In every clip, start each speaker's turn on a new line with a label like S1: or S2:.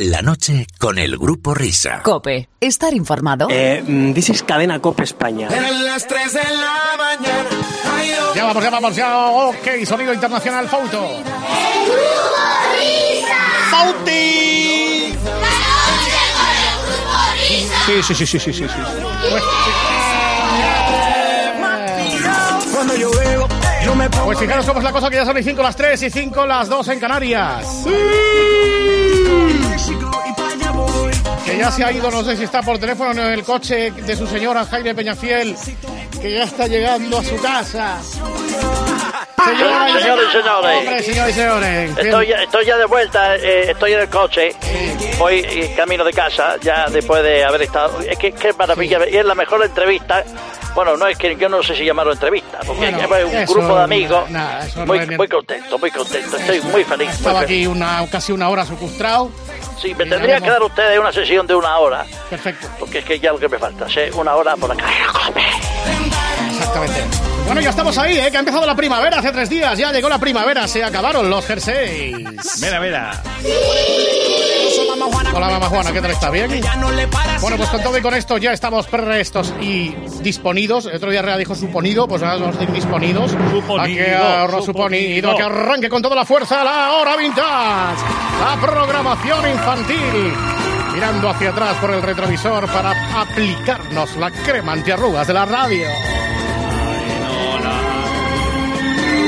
S1: La noche con el grupo Risa.
S2: Cope, estar informado.
S3: Eh, mm, this is Cadena Cope España.
S4: Eran las 3 de la mañana. Ay, oh.
S5: Ya vamos, ya vamos, ya. Ok, sonido internacional, Fauto. ¡Fauti! Sí, sí, sí, sí, sí, sí. sí.
S4: Cuando yo veo, yo me pongo.
S5: Pues fijaros cómo es la cosa que ya son y 5 las 3 y 5 las 2 en Canarias. Que ya se ha ido, no sé si está por teléfono en el coche de su señora Jaime Peñafiel, que ya está llegando a su casa. Señora,
S6: Señores y señores.
S5: Hombre, señores y señores. ¿quién-
S6: Estoy, estoy ya de vuelta, eh, estoy en el coche, voy eh, camino de casa, ya después de haber estado... Es que qué maravilla, y es la mejor entrevista. Bueno, no es que yo no sé si llamarlo entrevista, porque
S5: Bueno,
S6: es un
S5: eso
S6: grupo
S5: no-
S6: de amigos.
S5: nada, eso no
S6: muy,
S5: es bien.
S6: muy contento, muy contento, estoy muy feliz. muy
S5: Ha
S3: pues,
S5: estado
S6: feliz.
S5: aquí una, casi una hora secuestrado.
S6: Sí, me tendría que dar ustedes una sesión de una hora,
S5: Perfecto,
S6: porque es que ya lo que me falta, sé, una hora por acá.
S5: exactamente. Bueno, ya estamos ahí, ¿eh? que ha empezado la primavera hace tres días. Ya llegó la primavera, se acabaron los jerseys.
S7: Mira, mira.
S5: Hola, mamá Juana, ¿qué tal está? ¿Bien?
S4: Ya no le paras.
S5: Bueno, pues con todo y con esto ya estamos prestos y disponidos. El otro día Rea dijo suponido, pues ahora vamos a decir disponidos.
S7: Suponido,
S5: A que ahorro suponido,
S7: suponido.
S5: que arranque con toda la fuerza la hora vintage, la programación infantil. Mirando hacia atrás por el retrovisor para aplicarnos la crema antiarrugas de la radio.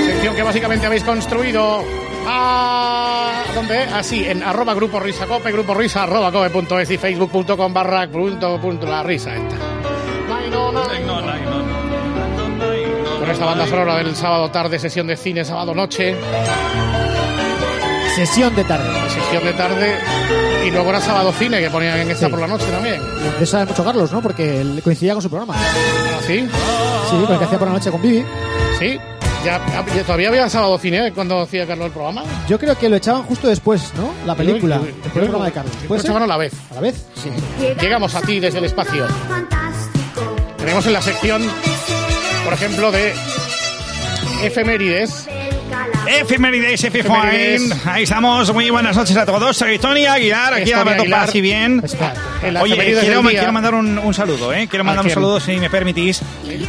S5: Sección que básicamente habéis construido. A... ah, ¿Dónde? Así, en arroba grupo risa cope, grupo risa arroba cope punto es y facebook.com barra punto, punto la risa esta. Con esta banda sonora del sábado tarde, sesión de cine, sábado noche,
S8: Sesión de tarde.
S5: sesión de tarde y luego era sábado cine que ponían en esta
S8: Sí.
S5: por la noche también.
S8: De eso sabe mucho Carlos, ¿no? Porque él coincidía con su programa.
S5: Ah, ¿Sí?
S8: Sí, porque hacía por la noche con Vivi.
S5: ¿Sí? ¿Ya, ya- todavía había sábado cine eh, cuando hacía Carlos el programa?
S8: Yo creo que lo echaban justo después, ¿no? La película.
S5: Yo- yo-
S8: Después
S5: yo-
S8: del programa de Carlos.
S5: yo
S8: ¿Puede ser?
S5: pensaba no la vez.
S8: ¿A la vez? Sí.
S5: Llegamos a ti desde el espacio. Tenemos en la sección, por ejemplo, de efemérides.
S7: Efemérides,
S5: Efemérides.
S7: Efefine. Ahí estamos. Muy buenas noches a todos. Soy Tony Aguilar. Aquí
S5: Es Tony
S7: hablando
S5: Aguilar. Pues
S7: paz y bien.
S8: Espera.
S5: En la
S7: Oye,
S5: efemérides
S7: quiero,
S5: del día.
S7: quiero mandar un, un saludo, ¿eh? Quiero mandar
S5: ¿A
S7: un
S5: quién?
S7: saludo, si me permitís,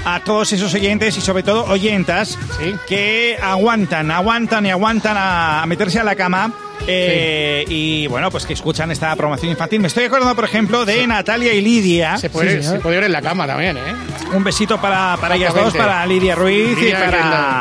S7: a todos esos oyentes y sobre todo oyentas
S5: Sí.
S7: que aguantan, aguantan y aguantan a, a meterse a la cama. eh, Y bueno, pues que escuchan esta programación infantil. Me estoy acordando, por ejemplo, de Natalia y Lidia.
S5: Se puede,
S8: Sí,
S5: se
S8: señor.
S5: puede ver en la cama también, ¿eh?
S7: Un besito para, para ellas dos,
S5: Exactamente.
S7: para Lidia Ruiz
S5: Lidia
S7: y para,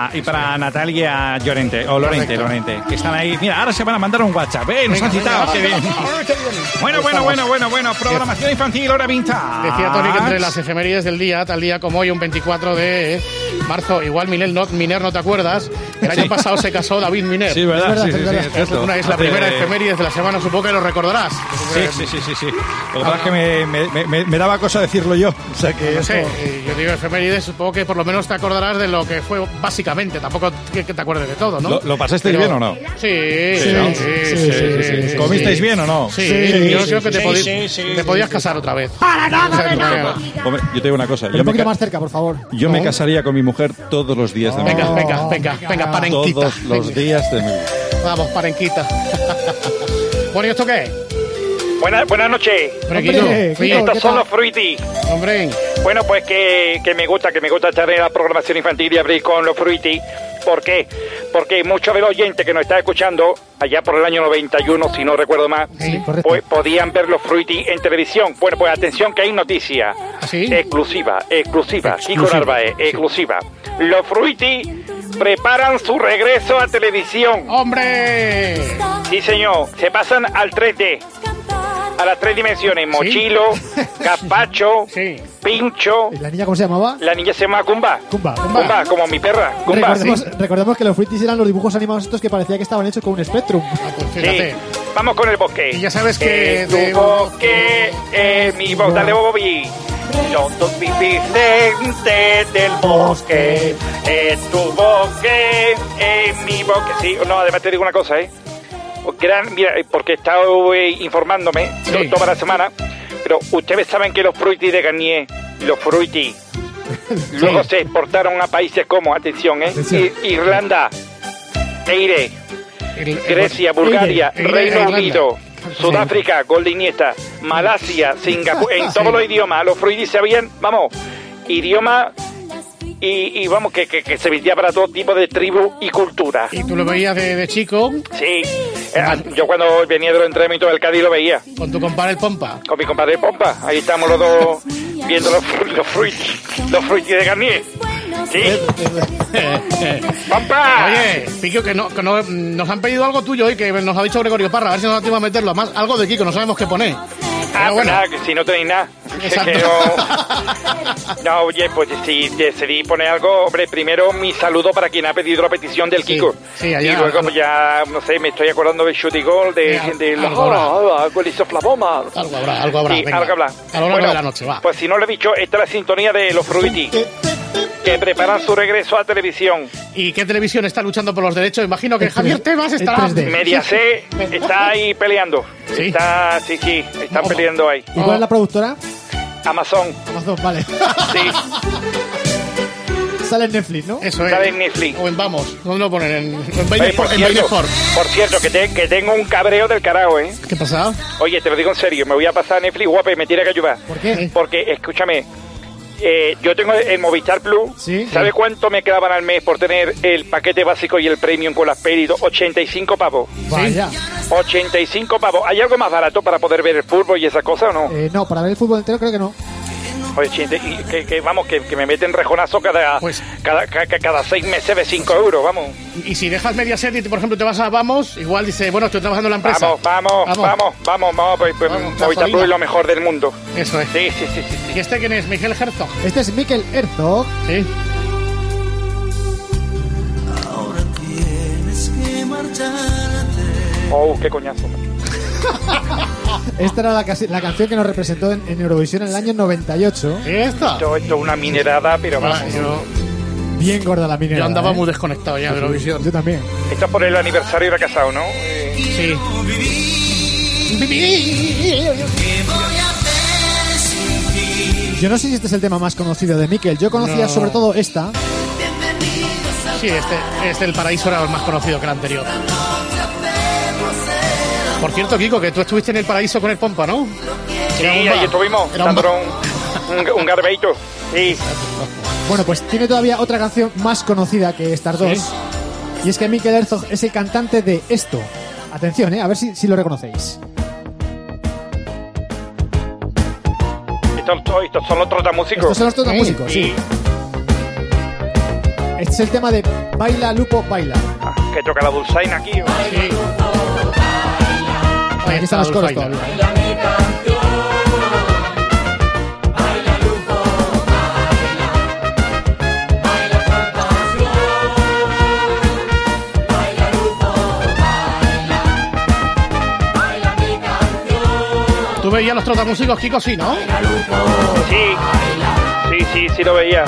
S5: Aguilar.
S7: y para Natalia Llorente, o Lorente,
S5: Correcto.
S7: Lorente, que están ahí. Mira, ahora se van a mandar un WhatsApp, ¿eh? Nos
S5: Venga,
S7: han citado,
S5: venga,
S7: qué
S5: venga,
S7: bien.
S5: venga, qué bien.
S7: Bueno,
S5: Ahí
S7: bueno,
S5: estamos.
S7: bueno, bueno, bueno, programación infantil, hora vinta.
S5: Decía Tony que
S7: Ah.
S5: entre las efemérides del día, tal día como hoy, un 24 de marzo, igual Miner no, Miner, ¿no te acuerdas? El año pasado se casó David Miner.
S7: Sí,
S8: Es
S7: verdad,
S8: verdad,
S7: sí, sí,
S8: es
S7: sí,
S8: verdad.
S7: es cierto.
S5: Una es la
S7: Hace-
S5: primera efeméride de la semana, supongo que lo recordarás.
S7: Sí, sí, sí, sí, sí. Lo que pasa es que me, me- me- me daba cosa decirlo yo. O sea que
S5: No sé,
S7: esto-
S5: eh, yo digo efemérides, supongo que por lo menos te acordarás de lo que fue básicamente, tampoco que, que te acuerdes de todo, ¿no?
S7: ¿Lo- lo pasasteis bien o no?
S5: Sí, sí,
S7: ¿no?
S5: sí,
S8: Sí,
S5: sí,
S8: sí,
S5: sí, sí, sí.
S7: ¿Comisteis bien o no?
S5: Sí,
S8: Sí,
S5: yo
S8: sí,
S5: creo que te,
S7: sí,
S5: podí-
S7: sí, sí,
S5: te
S7: sí,
S5: podías casar otra vez. ¡Para nada,
S7: Hombre, yo te digo una cosa.
S8: Pero
S7: Yo
S8: un
S7: me,
S8: poquito
S7: ca-
S8: más cerca, por favor.
S7: yo me casaría con mi mujer todos los días de mi
S5: Venga,
S7: vida.
S5: venga, venga, venga, parenquita.
S7: Todos los
S5: Venga,
S7: días de mi vida.
S5: Vamos, parenquita. bueno, ¿y esto qué?
S6: Buenas noches,
S5: Hombre,
S8: Hombre,
S5: Guillo,
S8: Guillo,
S5: Guillo,
S8: Estos ¿qué son tal? los
S6: fruitis.
S5: hombre.
S6: Bueno, pues que, que me gusta, que me gusta estar en la programación infantil y abrir con los fruitis. ¿Por qué? Porque muchos de los oyentes que nos están escuchando, allá por el año 91, si no recuerdo más,
S8: Sí, correcto.
S6: pues podían ver los fruitis en televisión. Bueno, pues atención que hay noticia.
S5: ¿Sí?
S6: Exclusiva, exclusiva. Kiko
S7: Exclusiva,
S6: Narváez, exclusiva. Los fruitis preparan su regreso a televisión.
S5: ¡Hombre!
S6: Sí, señor. Se pasan al 3D. A las tres dimensiones. Mochilo, gazpacho,
S5: Sí.
S6: pincho.
S8: ¿Y la niña cómo se llamaba?
S6: La niña se llama Kumba.
S8: Kumba.
S6: Kumba,
S5: Kumba.
S6: como mi perra. Kumba.
S8: Recordemos, recordemos que los Fruities eran los dibujos animados estos que parecía que estaban hechos con un Spectrum.
S5: Ah, pues
S6: Sí.
S5: fíjate.
S6: Vamos con el bosque.
S5: Y ya sabes que
S6: Es tu
S5: de-
S6: bosque es mi bosque. Dale, Bobby. Son dos vivientes del bosque. Es tu bosque es mi bosque. Sí, no, además te digo una cosa, ¿eh? Gran, mira, eh, porque he estado eh, informándome
S5: Sí.
S6: to- toda la semana, pero ustedes saben que los fruitis de Garnier, los fruitis, luego se exportaron a países como, atención, ¿eh?
S8: Atención.
S6: I- Irlanda, Eire,
S5: El- el-
S6: Grecia, Bulgaria,
S5: Irlanda,
S6: Reino
S5: Irlanda.
S6: Unido, Sudáfrica, con Iniesta, Malasia, Singapur, en todos los idiomas. Los Freudis sabían, vamos, idioma y, y vamos, que, que, que se vestía para todo tipo de tribu y cultura.
S5: Y tú lo veías de, de chico
S6: Sí, Eh, yo cuando venía de los entrenamientos del Cádiz lo veía,
S5: con tu compadre el Pompa.
S6: con mi compadre Pompa. Ahí estamos los dos viendo los, fru- los Fruitis, los Fruitis de Garnier. Sí, Pompa.
S5: Oye, Piquio, que, no, que no- nos han pedido algo tuyo hoy, que nos ha dicho Gregorio Parra, a ver si nos atrevemos a meterlo. Además, algo de Kiko, no sabemos qué poner.
S6: Ah,
S5: Pero bueno,
S6: nada, que si no tenéis nada.
S5: Exacto.
S6: Que no- no, oye, pues si decidí poner algo, hombre, primero mi saludo para quien ha pedido la petición del
S5: Sí,
S6: Kiko.
S5: sí, allá-
S6: y luego pues, ya, no sé, me estoy acordando de Shooty Goal, de,
S5: Ya,
S6: de
S5: algo habrá.
S6: con Listo Flaboma.
S5: algo habrá, algo habrá.
S6: Sí,
S5: venga.
S6: algo habrá.
S5: A lo largo
S6: Bueno,
S5: de la noche, va.
S6: Pues si no lo he dicho, esta es la sintonía de los Fruity, que preparan su regreso a televisión.
S5: ¿Y qué televisión está luchando por los derechos? Imagino que Javier Tebas
S8: el
S5: estará...
S8: 3D.
S6: Media C está ahí peleando.
S5: Sí.
S6: Está, sí, sí, están
S5: Ojo.
S6: peleando ahí.
S8: ¿Y cuál es la productora?
S6: Amazon,
S8: Amazon, vale.
S6: sí,
S8: Sale en Netflix, ¿no?
S5: Eso
S6: está
S5: es.
S6: en Netflix.
S5: O en Vamos, ¿dónde lo ponen? En, en
S6: Oye, por,
S5: Bainesport. En
S6: cierto,
S5: Bainesport.
S6: por cierto, que, te- que tengo un cabreo del carajo, ¿eh?
S5: ¿Qué pasa?
S6: Oye, te lo digo en serio, me voy a pasar a Netflix, guapa, y me tiene que ayudar.
S8: ¿Por qué?
S6: Porque, escúchame, eh, yo tengo el Movistar Plus.
S8: Sí.
S6: ¿Sabe cuánto me clavan al mes por tener el paquete básico y el premium con las pelis? 85 pavos.
S8: Vaya.
S6: 85 pavos. ¿Hay algo más barato para poder ver el fútbol y esa cosa o no?
S8: Eh, no, para ver el fútbol entero creo que no.
S6: 80 y que, que, vamos, que, que me meten rejonazo cada,
S5: Pues-
S6: cada, ca- ca- cada seis meses de 5 euros, vamos.
S5: Y si dejas media serie, por ejemplo, te vas a Vamos, igual dice, bueno, estoy trabajando en la empresa.
S6: Vamos, vamos, vamos, vamos, vamos, pues, pues,
S5: Vamos,
S6: Movistar
S5: gasolina.
S6: Plus es lo mejor del mundo.
S5: Eso es.
S6: Sí, sí, sí, sí.
S5: ¿Y este quién es? Miguel Herzog.
S8: Este es Mikel Herzog.
S5: Sí.
S6: Oh, qué coñazo. macho.
S8: Esta era la, casi- la canción que nos representó en, en Eurovisión en el año 98.
S5: ¿Y esta?
S6: Esto, esto es una minerada, pero
S5: Ah,
S6: vamos.
S5: yo,
S8: Bien gorda la minera.
S5: yo andaba
S8: ¿eh?
S5: muy desconectado ya de Eurovisión.
S8: Yo también.
S6: Esto es por el aniversario de casado, ¿no? Eh,
S5: Sí.
S8: Yo no sé si este es el tema más conocido de Mikel. Yo conocía
S5: No.
S8: sobre todo esta.
S5: Sí, este, este el paraíso era el más conocido que el anterior. Por cierto, Kiko, que tú estuviste en el paraíso con el Pompa, ¿no?
S6: sí,
S5: Era un bar.
S6: ahí estuvimos,
S5: Era un
S6: dando
S5: bar.
S6: un, un, un garbeito. Sí,
S8: Bueno, pues tiene todavía otra canción más conocida que estas dos.
S5: Sí.
S8: Y es que Mikel Herzog es el cantante de esto. Atención, ¿eh? a ver si, si lo reconocéis.
S6: estos, estos- estos son los
S8: Estos
S6: trotamúsicos.
S8: son los todos
S5: Sí.
S8: músicos, sí. Este es el tema de Baila Lupo Baila.
S6: Ah, Que toca la dulzaina aquí. oh.
S5: Sí. Ahí
S8: Aquí están
S5: está
S8: los coros
S5: Dulzaina.
S8: todavía.
S5: Tú veías los trotamúsicos, Kiko, sí, ¿no?
S6: Sí, sí, sí, sí lo veía.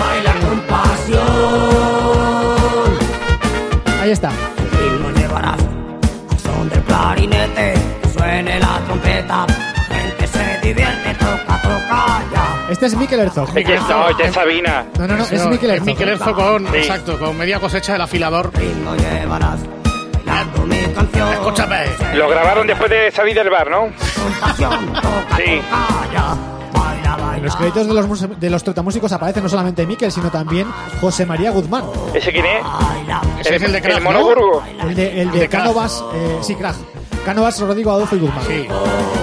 S8: Ahí está.
S9: ritmos de barazo, al son del clarinete, que suene la trompeta, la gente se divierte, toca, toca ya.
S8: Este es Mikel Herzog.
S6: Es que no, esta es Sabina.
S8: No, no, no, es
S5: No,
S8: Mikel
S5: Es Mikel
S8: Herzog.
S5: Herzog con,
S6: Sí.
S5: exacto, con media cosecha del afilador.
S9: Ritmo de barazo, bailando mi canción.
S5: Escúchame.
S6: Lo grabaron después de salir del bar, ¿no?
S9: Con pasión, toca,
S6: Sí.
S9: toca ya. Baila,
S8: En
S9: baila.
S8: los créditos de los, mus- de los trotamúsicos aparece no solamente Mikel, sino también José María Guzmán.
S6: ¿Ese quién es?
S9: Baila,
S5: Ese es el de Kraft, ¿no?
S6: monoburgo.
S8: El de, el de
S5: De Kraj.
S8: Cánovas, eh, sí, Kraj. Cánovas, Rodrigo Adolfo y Guzmán.
S5: Sí.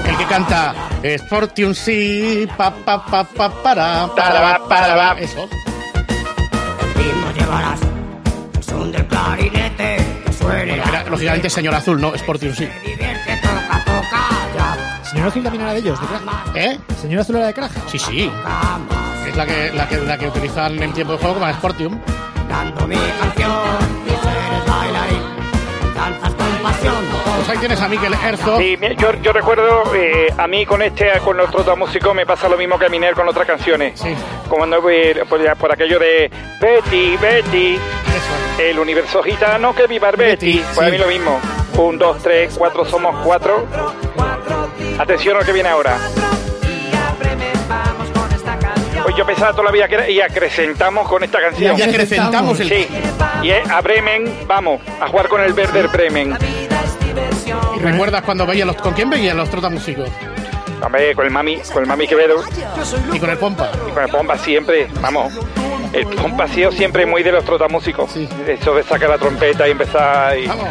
S5: El que canta Sportium sí, pa pa pa pa para para va, para va. Eso.
S9: ritmo de barazo, al son del clarinete, que suene la
S5: Era, lógicamente Señor Azul, no Sportium sí.
S9: se divierte, toca, toca ya.
S8: Señor Azul también era de ellos, de Kraj.
S5: ¿Eh?
S8: Señor Azul era de Kraj.
S5: Sí, sí.
S9: Vamos,
S5: Es la que la que la que utilizan en tiempo de juego como Sportium.
S9: dando mi canción, y eres bailarín, danzas con pasión,
S5: Pues ahí tienes a Mikel Herzog.
S6: Sí, mira, yo, yo recuerdo, eh, a mí con este, con los trotamúsicos me pasa lo mismo que a Miner con otras canciones.
S5: Sí.
S6: Como cuando, eh, por, por aquello de Betty, Betty,
S5: Eso.
S6: el universo gitano que viva el Betty.
S5: Betty,
S6: Pues a
S5: sí.
S6: mí lo mismo. Un, dos, tres, cuatro, somos cuatro. Atención a lo que viene ahora. Pues yo pensaba toda la vida que era, y acrecentamos con esta canción.
S5: Y acrecentamos el
S6: eh, Sí, y es a Bremen, vamos, a jugar con el Werder Bremen.
S5: ¿Y recuerdas cuando veías los. ¿Con quién veías los trotamusicos?
S6: Hombre, con el mami, con el mami Quevedo
S5: Y con el Pompa.
S6: y con el Pompa siempre, vamos. El Pompa ha sido siempre muy de los trotamúsicos.
S5: Sí.
S6: Eso de sacar la trompeta y empezar y
S5: Vamos.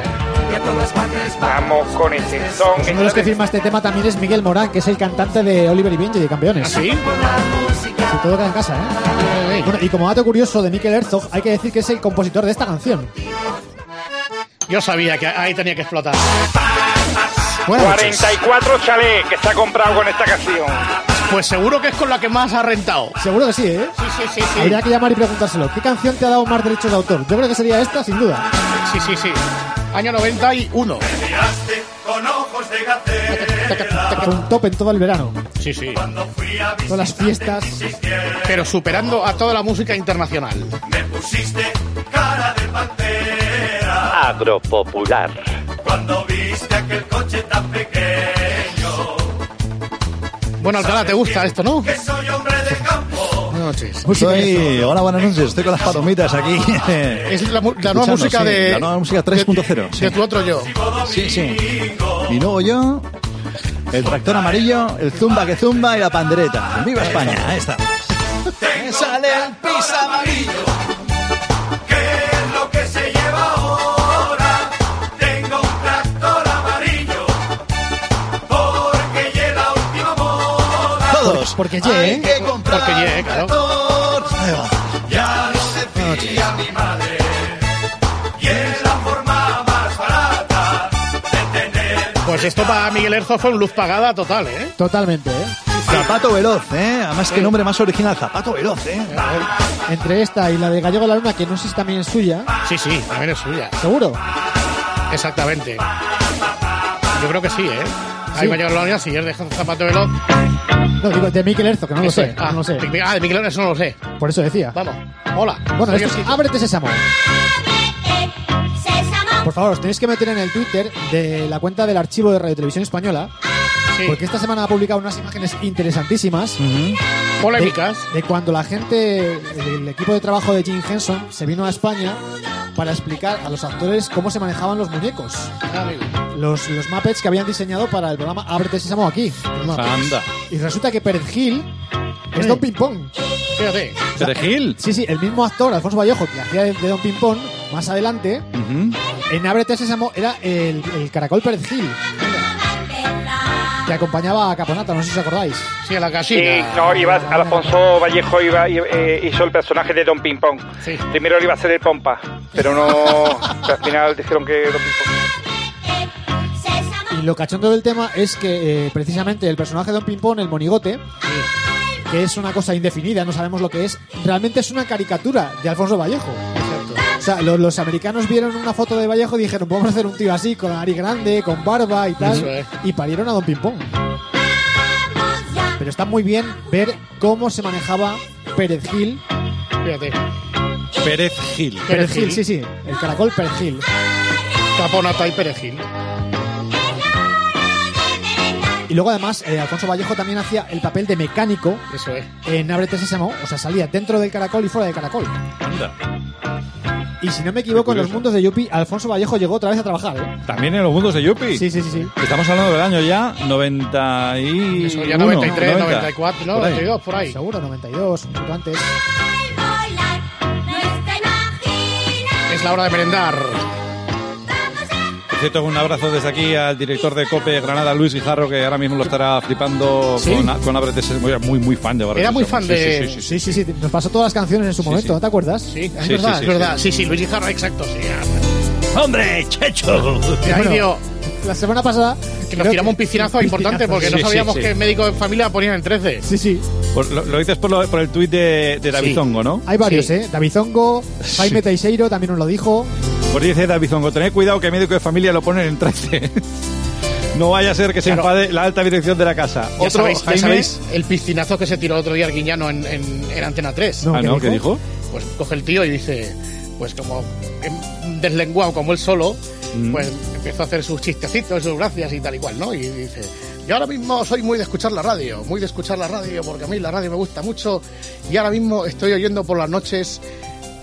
S6: vamos con ese son.
S8: Uno de los que firma este tema también es Miguel Morán, que es el cantante de Oliver y Benji de Campeones.
S5: ¿Así?
S8: Si todo queda en casa, ¿eh?
S5: ¿Ah, Ey, ey.
S8: Bueno, y como dato curioso de Mikel Herzog, hay que decir que es el compositor de esta canción.
S5: Yo sabía que ahí tenía que explotar.
S8: Buenas noches.
S6: 44 chalés que se ha comprado con esta canción.
S5: Pues seguro que es con la que más ha rentado.
S8: Seguro que sí, ¿eh?
S5: Sí, sí, sí, sí.
S8: Habría que llamar y preguntárselo. ¿Qué canción te ha dado más derechos de autor? Yo creo que sería esta, sin duda.
S5: Sí, sí, sí. Año 91.
S8: Fue un top en todo el verano.
S5: Sí, sí.
S8: Todas las fiestas.
S5: Pero superando a toda la música internacional.
S10: Agropopular.
S5: Bueno, Alcalá, ¿te gusta esto, no? Buenas noches.
S8: Música
S11: Soy, hola, buenas noches. Estoy con las palomitas aquí.
S5: Es la, mu- la
S11: Escuchando,
S5: nueva música
S11: sí,
S5: de.
S11: la nueva música 3.0,
S5: de-
S11: sí.
S5: De tu otro yo.
S11: Sí, sí. Y luego yo, el tractor amarillo, el zumba que zumba y la pandereta. ¡Viva España! Ahí está. Me sale el pis amarillo. Todos.
S8: Porque ye, ¿eh?
S5: Porque ye, claro.
S11: Ahí va.
S5: Pues esto para Miguel Herzog fue un luz pagada total, ¿eh?
S8: Totalmente, ¿eh?
S11: Zapato veloz, ¿eh? Además, qué nombre más original. Zapato veloz, ¿eh?
S8: Entre esta y la de Gallego la Luna, que no sé si también es suya,
S5: Sí, sí, también es suya.
S8: seguro.
S5: Exactamente. Yo creo que sí, ¿eh? Ahí
S8: Sí.
S5: va a llegar la unidad, si es de Zapato Veloz.
S8: No, digo, de Mikel Herzog, que no lo
S5: Eso
S8: sé.
S5: es. Ah,
S8: No lo sé.
S5: de- Ah, de Miguel Herzog eso no lo sé.
S8: Por eso decía.
S5: Vamos. Hola.
S8: Bueno,
S5: Soy
S8: esto
S5: Osito.
S8: es Ábrete Sésamo. Por favor, os tenéis que meter en el Twitter de la cuenta del archivo de Radio Televisión Española,
S5: Sí.
S8: porque esta semana ha publicado unas imágenes interesantísimas
S5: Polémicas.
S8: de cuando la gente, el equipo de trabajo de Jim Henson, se vino a España para explicar a los actores cómo se manejaban los muñecos,
S5: Ah, amigo.
S8: los, los Muppets que habían diseñado para el programa Ábrete Sésamo aquí.
S7: Anda.
S8: Y resulta que Pérez Gil es Don Ping Pong.
S5: Fíjate.
S7: Perejil.
S8: Sí, sí, el mismo actor, Alfonso Vallejo, que hacía de, de Don Ping Pong, más adelante, en Ábrete Sésamo era el, el caracol Pérez Gil, que acompañaba a Caponata, no sé si os acordáis.
S5: Sí, a la
S6: Sí,
S5: gallina.
S6: no, iba, Alfonso Vallejo iba, i- eh, hizo el personaje de Don Ping Pong.
S5: Ah. Sí.
S6: Primero le iba a ser el Pompa, pero no. al final dijeron que Don Ping Pong.
S8: Y lo cachondo del tema es que eh, precisamente el personaje de Don Ping Pong, el monigote, que es una cosa indefinida, no sabemos lo que es, realmente es una caricatura de Alfonso Vallejo. O sea, lo- los americanos vieron una foto de Vallejo y dijeron, vamos a hacer un tío así, con la nariz grande, con barba y tal,
S5: Eso es.
S8: y parieron a Don Ping Pong. Pero está muy bien ver cómo se manejaba Pérez Gil.
S5: Fíjate.
S7: Pérez Gil.
S5: Pérez Gil.
S8: sí, sí, el caracol Pérez Gil.
S5: Caponata y perejil.
S8: Y luego además, eh, Alfonso Vallejo también hacía el papel de mecánico
S5: Eso es.
S8: en Ábrete Sésamo, o sea, salía dentro del caracol y fuera del caracol. Y si no me equivoco, en los mundos de Yupi, Alfonso Vallejo llegó otra vez a trabajar, ¿eh?
S7: También en los mundos de Yupi.
S8: Sí, sí, sí, sí.
S7: Estamos hablando del año ya 90 y...
S5: Eso ya
S7: uno,
S5: 93,
S7: 90.
S5: 94, no,
S7: Por ahí.
S5: 92, por ahí.
S8: Seguro, 92, un poquito antes.
S5: Es la hora de merendar.
S7: Por cierto, un abrazo desde aquí al director de COPE Granada, Luis Guijarro, que ahora mismo lo estará flipando
S5: Sí.
S7: con, con Ábrete Sésamo. Era muy, muy fan de Ábrete
S5: Era muy
S7: Sésamo.
S5: fan de-
S7: sí, sí,
S8: Sí, sí, sí, nos pasó todas las canciones en su momento,
S7: sí.
S8: ¿no te acuerdas?
S5: Sí, es
S7: Sí,
S5: verdad,
S7: sí, sí,
S5: es verdad. Sí, sí, Luis Guijarro, exacto, sí. ah.
S1: ¡Hombre, Checho!
S5: Y ahí
S8: Bueno,
S5: dio-
S8: La semana pasada...
S5: que
S8: creo
S5: nos tiramos un piscinazo importante
S8: piscinazo,
S5: porque no
S7: Sí, sí,
S5: sabíamos
S7: sí.
S5: que el médico de familia ponían en 13.
S8: Sí, sí,
S7: Por- lo, lo dices por, lo- por el tuit de, de David
S5: Sí.
S7: Zongo, ¿no?
S8: hay varios,
S5: Sí.
S8: ¿eh? David Zongo, Jaime Teixeiro también nos lo dijo.
S5: eh.
S7: Por ahí dice David Zongo, tened cuidado que médico de familia lo ponen en 13. no vaya a ser que se
S5: Claro.
S7: enfade la alta dirección de la casa.
S5: Ya
S7: Otro,
S5: sabéis, ya
S7: Jaime-
S5: sabéis el piscinazo que se tiró otro día Arguiñano en, en, en Antena 3.
S8: No.
S7: Ah, no, ¿qué dijo?
S5: Pues coge el tío y dice, pues como em, deslenguado como él solo, pues empezó a hacer sus chistecitos, sus gracias y tal y cual, ¿no? Y dice, yo ahora mismo soy muy de escuchar la radio, muy de escuchar la radio porque a mí la radio me gusta mucho y ahora mismo estoy oyendo por las noches,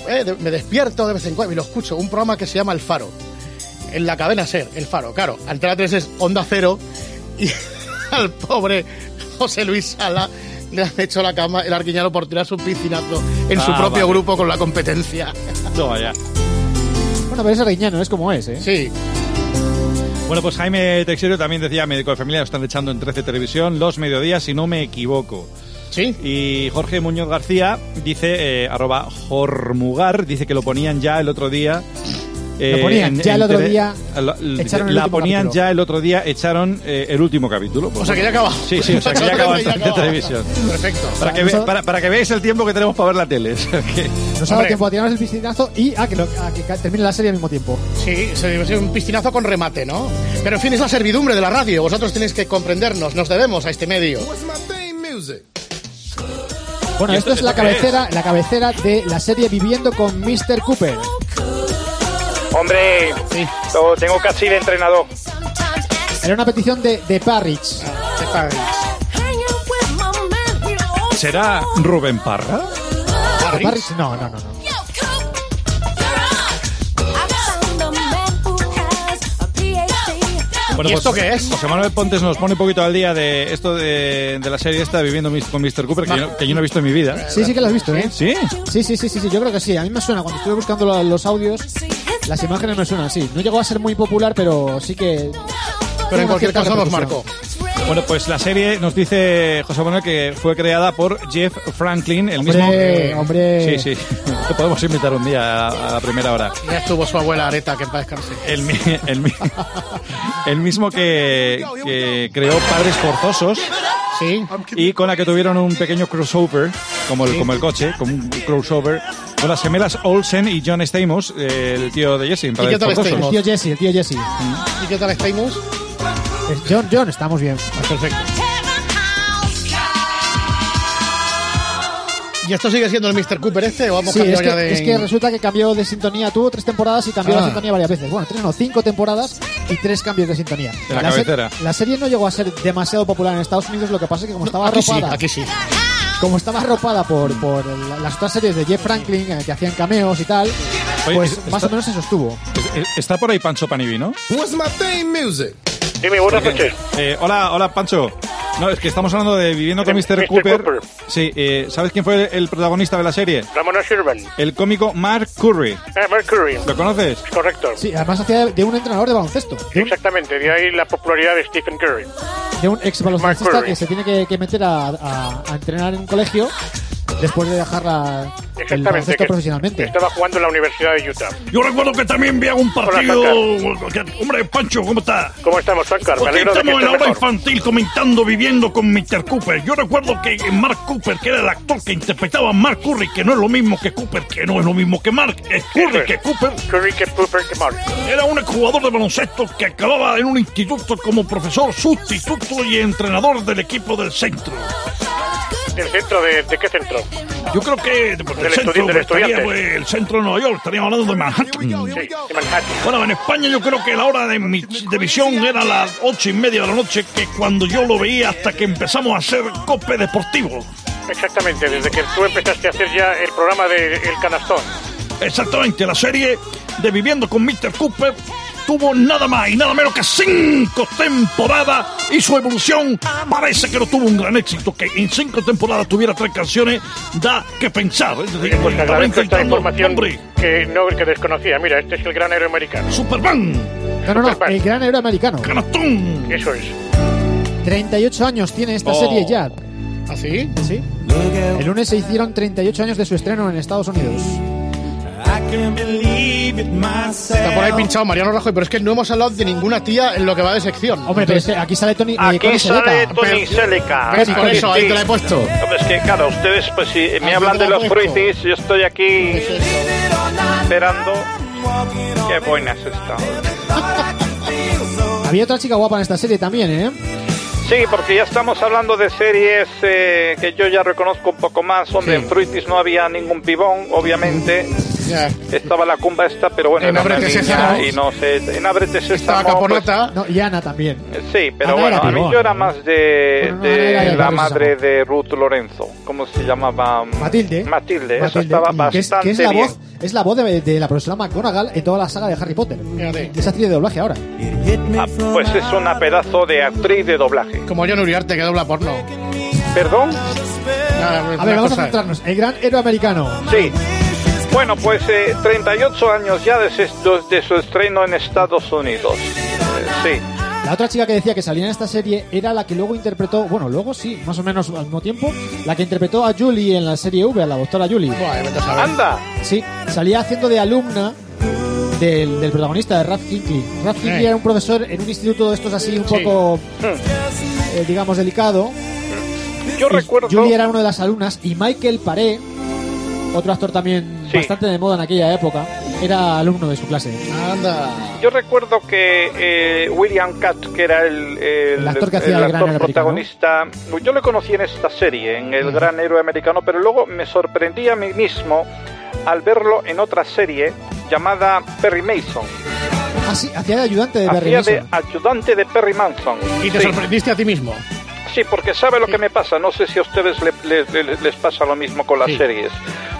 S5: eh, de- me despierto de vez en cuando y lo escucho, un programa que se llama El Faro. en la cadena Ser, El Faro, claro. Antena 3 es Onda Cero y al pobre José Luis Sala le han hecho la cama el arquiñano por tirar su piscinazo en su
S7: Ah,
S5: propio
S7: vale.
S5: grupo con la competencia.
S7: Toma ya.
S8: Bueno, pero es Arguiñano, es como es, ¿eh?
S5: Sí.
S7: Bueno, pues Jaime Texerio también decía, médico de familia, lo están echando en 13 Televisión, los mediodías, si no me equivoco.
S5: Sí.
S7: Y Jorge Muñoz García dice, eh, arroba Jormugar, dice que lo ponían ya el otro día. eh,
S8: Lo ponían ya el otro
S7: tele-
S8: día,
S7: lo- l-
S8: echaron el
S7: la
S8: último
S7: ponían
S8: capítulo.
S7: ya el otro día, echaron eh, el último capítulo.
S5: O sea que ya acaba.
S7: Sí, sí, o sea que ya acaba en
S5: Ya
S7: 13 Televisión.
S5: Perfecto.
S7: Para que, ve- para, para que veáis el tiempo que tenemos para ver la tele. o sea que-
S8: Nos ha dado
S5: Hombre.
S8: tiempo a tirarnos el piscinazo y a que, lo- a que ca- termine la serie al mismo tiempo.
S5: Sí, se debe ser un piscinazo con remate, ¿no? Pero en fin, es la servidumbre de la radio. Vosotros tenéis que comprendernos, nos debemos a este medio.
S8: Bueno,
S7: ¿Y esto-
S8: esto, es
S7: esto qué
S8: la
S7: es?
S8: cabecera, la cabecera de la serie Viviendo con Mr. Cooper.
S12: Hombre,
S5: Sí.
S12: lo tengo casi de entrenador.
S8: Era una petición de, de Parrish.
S7: ¿Será Rubén Parra?
S8: ¿De Parrish? No, no, no. no.
S7: Bueno,
S5: ¿Y esto
S7: pues,
S5: qué es?
S7: José Manuel Pontes nos pone un poquito al día de esto de, de la serie esta Viviendo mis- con Mr. Cooper, que yo, no- que yo no he visto en mi vida.
S8: Sí, sí que lo has visto, ¿eh?
S7: ¿Sí?
S8: Sí, sí, sí, sí, sí, yo creo que sí. A mí me suena, cuando estuve buscando lo- los audios, las imágenes me suenan, sí. No llegó a ser muy popular, pero sí que...
S5: Pero en cualquier
S8: cierta
S5: caso nos marcó.
S8: repercusión.
S7: Bueno, pues la serie nos dice José Manuel que fue creada por Jeff Franklin, el
S8: Hombre,
S7: mismo.
S8: hombre.
S7: Sí, sí. Te podemos invitar un día a, a la primera hora.
S5: Ya estuvo su abuela Areta, que en paz descanse.
S7: El, mi- el, mi- el mismo que, que creó Padres Forzosos
S5: Sí.
S7: y con la que tuvieron un pequeño crossover, como el, como el coche, como un crossover, con las gemelas Olsen y John Stamos, eh, el tío de Jesse. en Padres
S5: qué tal
S7: Forzosos.
S5: Stamos?
S8: El tío Jesse, el tío Jesse.
S5: ¿Y qué tal estáis?
S8: Es John, John, estamos bien.
S5: Perfecto. ¿Y esto sigue siendo el Mr. Cooper este o vamos
S8: Sí, es que,
S5: cambiando ya de...?
S8: es que resulta que cambió de sintonía. Tuvo tres temporadas y cambió
S5: Ah.
S8: la sintonía varias veces. Bueno, tres no, cinco temporadas y tres cambios de sintonía.
S7: De la
S8: se-
S7: cabecera.
S8: la serie no llegó a ser demasiado popular en Estados Unidos. Lo que pasa es que como estaba
S5: aquí sí,
S8: arropada,
S5: aquí sí.
S8: como estaba arropada por, por la- las otras series de Jeff Franklin eh, que hacían cameos y tal,
S7: Oye,
S8: pues
S7: es-
S8: más
S7: está-
S8: o menos se sostuvo.
S7: Eh, Está por ahí Pancho Panivino.
S12: Dime, buenas noches.
S7: Eh, hola, hola Pancho. No, es que estamos hablando de Viviendo con
S12: Eh,
S7: Mr.
S12: Mr.
S7: Cooper.
S12: Cooper.
S7: Sí, eh, ¿sabes quién fue el protagonista de la serie?
S12: Ramón O'Sullivan.
S7: El cómico Mark Curry.
S12: Ah, Mercury.
S7: ¿Lo conoces?
S12: Correcto.
S8: Sí, además hacía de, de un entrenador de baloncesto, de un,
S12: Exactamente, de ahí la popularidad de Stephen Curry.
S8: de un ex baloncestista
S12: Curry.
S8: que se tiene que, que meter a, a- a entrenar en un colegio después de dejar la, el
S12: Exactamente.
S8: baloncesto
S12: que
S8: profesionalmente.
S12: Estaba jugando en la Universidad de Utah.
S10: Yo recuerdo que también vi algún partido. Hombre, Pancho, ¿cómo está?
S12: ¿Cómo estamos, Oscar? Me
S10: Porque
S12: alegro de que
S10: estamos en la
S12: estés
S10: hora
S12: mejor.
S10: infantil comentando viviendo con Mr. Cooper. Yo recuerdo que Mark Cooper, que era el actor que interpretaba a Mark Curry, que no es lo mismo que Cooper, que no es lo mismo que Mark, es Curry
S12: Cooper.
S10: que Cooper,
S12: Curry que Cooper que Mark.
S10: era un jugador de baloncesto que acababa en un instituto como profesor sustituto y entrenador del equipo del centro.
S12: ¿Del centro de, de qué centro?
S10: Yo creo que pues, el,
S12: Del
S10: centro,
S12: estudi- del
S10: estaría,
S12: estudiante.
S10: pues, el centro de Nueva York, estaríamos hablando de Manhattan.
S12: Sí, de Manhattan.
S10: Bueno, en España yo creo que la hora de mi de visión era las ocho y media de la noche, que cuando yo lo veía hasta que empezamos a hacer cope deportivo.
S12: Exactamente, desde que tú empezaste a hacer ya el programa de El Canastón.
S10: Exactamente, la serie de Viviendo con Mr. Cooper tuvo nada más y nada menos que cinco temporadas y su evolución parece que no tuvo un gran éxito. Que en cinco temporadas tuviera tres canciones da que pensar. Es decir,
S12: Pues te
S10: estaba
S12: agradezco esta
S10: intentando,
S12: información
S10: hombre,
S12: que no que desconocía. Mira, este es el gran héroe americano.
S10: Superman,
S8: No, no, no,
S12: Superman.
S8: el gran héroe americano.
S10: Canastón.
S12: Eso es.
S8: 38 años tiene esta
S7: Oh.
S8: serie ya.
S5: ¿Ah, sí?
S8: ¿Sí? El lunes se hicieron 38 años de su estreno en Estados Unidos.
S5: Está por ahí pinchado Mariano Rajoy, pero es que no hemos hablado de ninguna tía en lo que va de sección.
S8: Hombre, pero es que aquí sale Tony. eh,
S12: Aquí
S8: Connie
S12: sale
S8: Sedaka.
S12: Tony Seleca.
S5: ¿Ves? Por eso, ahí te la he puesto.
S12: Hombre, es que claro, ustedes pues si
S5: Ahí
S12: me hablan
S5: te
S12: de
S5: la
S12: los
S5: dejo.
S12: fruitis, yo estoy aquí esperando. Qué buenas están.
S8: Había otra chica guapa en esta serie también, ¿eh?
S12: Sí, porque ya estamos hablando de series eh, que yo ya reconozco un poco más. Hombre, en fruitis no había ningún pibón, obviamente.
S5: Ya.
S12: Estaba la cumba esta, pero bueno,
S5: En
S12: era una
S5: Ábrete
S12: niña
S5: Sésamo.
S12: y no sé. En Ábrete
S5: Estaba
S12: Sésamo, pues,
S5: Caponata.
S8: No, y Ana también.
S12: Sí, pero
S8: Ana
S12: bueno,
S8: Ah, era
S12: a mí
S8: pibón.
S12: yo era más de,
S8: Bueno, no,
S12: de
S8: Ana era de
S12: la
S8: Barrio
S12: madre
S8: Sésamo.
S12: de Ruth Lorenzo. ¿Cómo se llamaba?
S8: Matilde.
S12: Matilde, esa
S8: Matilde,
S12: estaba
S8: que es,
S12: bastante
S8: que es la
S12: bien.
S8: voz es la voz de, de la profesora McGonagall en toda la saga de Harry Potter. Es actriz de doblaje ahora.
S12: Ah, pues es una pedazo de actriz de doblaje.
S5: Como John Uriarte, que dobla porno.
S12: ¿Perdón?
S8: A ver, vamos a centrarnos. El gran héroe americano.
S12: Sí. Bueno, pues eh, 38 años ya desde su- de su estreno en Estados Unidos. Eh, sí.
S8: La otra chica que decía que salía en esta serie era la que luego interpretó, bueno, luego sí, más o menos al mismo tiempo, la que interpretó a Julie en la serie V, a la doctora Julie.
S12: Anda.
S8: Sí, salía haciendo de alumna del, del protagonista, de Ralph Kinkley. Ralph Kinkley
S5: Eh.
S8: era un profesor en un instituto de estos así un
S5: Sí.
S8: poco,
S12: Hmm.
S8: eh, digamos, delicado.
S12: Yo
S8: Y
S12: recuerdo.
S8: Julie era una de las alumnas y Michael Paré, otro actor también
S12: Sí.
S8: bastante de moda en aquella época, era alumno de su clase.
S5: Anda.
S12: Yo recuerdo que eh, William Katz, que era el,
S8: El actor que hacía
S12: el
S8: el gran
S12: actor
S8: héroe americano.
S12: protagonista, yo le conocí en esta serie, en El Gran Héroe Americano, pero luego me sorprendí a mí mismo al verlo en otra serie llamada Perry Mason.
S8: Ah, sí, hacía de ayudante de Barry
S12: Hacía de
S8: Mason.
S12: ayudante de Perry Manson.
S5: Y te
S12: Sí.
S5: sorprendiste a ti mismo.
S12: Sí, porque sabe lo que me pasa. No sé si a ustedes le- le- le- les pasa lo mismo con las
S5: Sí.
S12: series.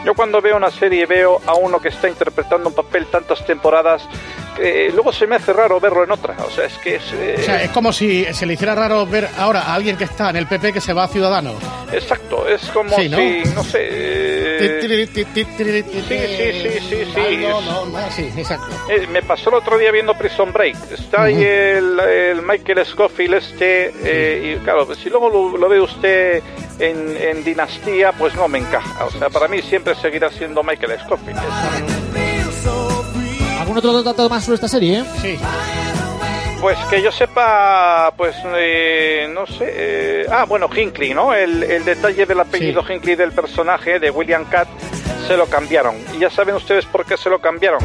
S12: Yo cuando veo una serie veo a uno que está interpretando un papel tantas temporadas que eh, luego se me hace raro verlo en otra. O sea, es que es... eh,
S5: O sea, es como si se le hiciera raro ver ahora a alguien que está en el PP que se va a Ciudadanos.
S12: Exacto, es como
S5: Sí, ¿no?
S12: si, no sé... eh, sí, sí, sí, sí.
S5: Algo, no, no, sí, exacto.
S12: eh, me pasó el otro día viendo Prison Break. Está ahí el, el Michael Scofield este, eh, y claro, si luego lo, lo ve usted en, en Dinastía, pues no me encaja. O sea, para mí siempre seguirá siendo Michael Scofield.
S8: ¿Algún otro dato más sobre esta serie? eh?
S5: Sí.
S12: Pues que yo sepa, pues eh, no sé. eh, ah, bueno, Hinckley, ¿no? El, el detalle del apellido Hinckley del personaje de William Catt se lo cambiaron. Y ya saben ustedes por qué se lo cambiaron.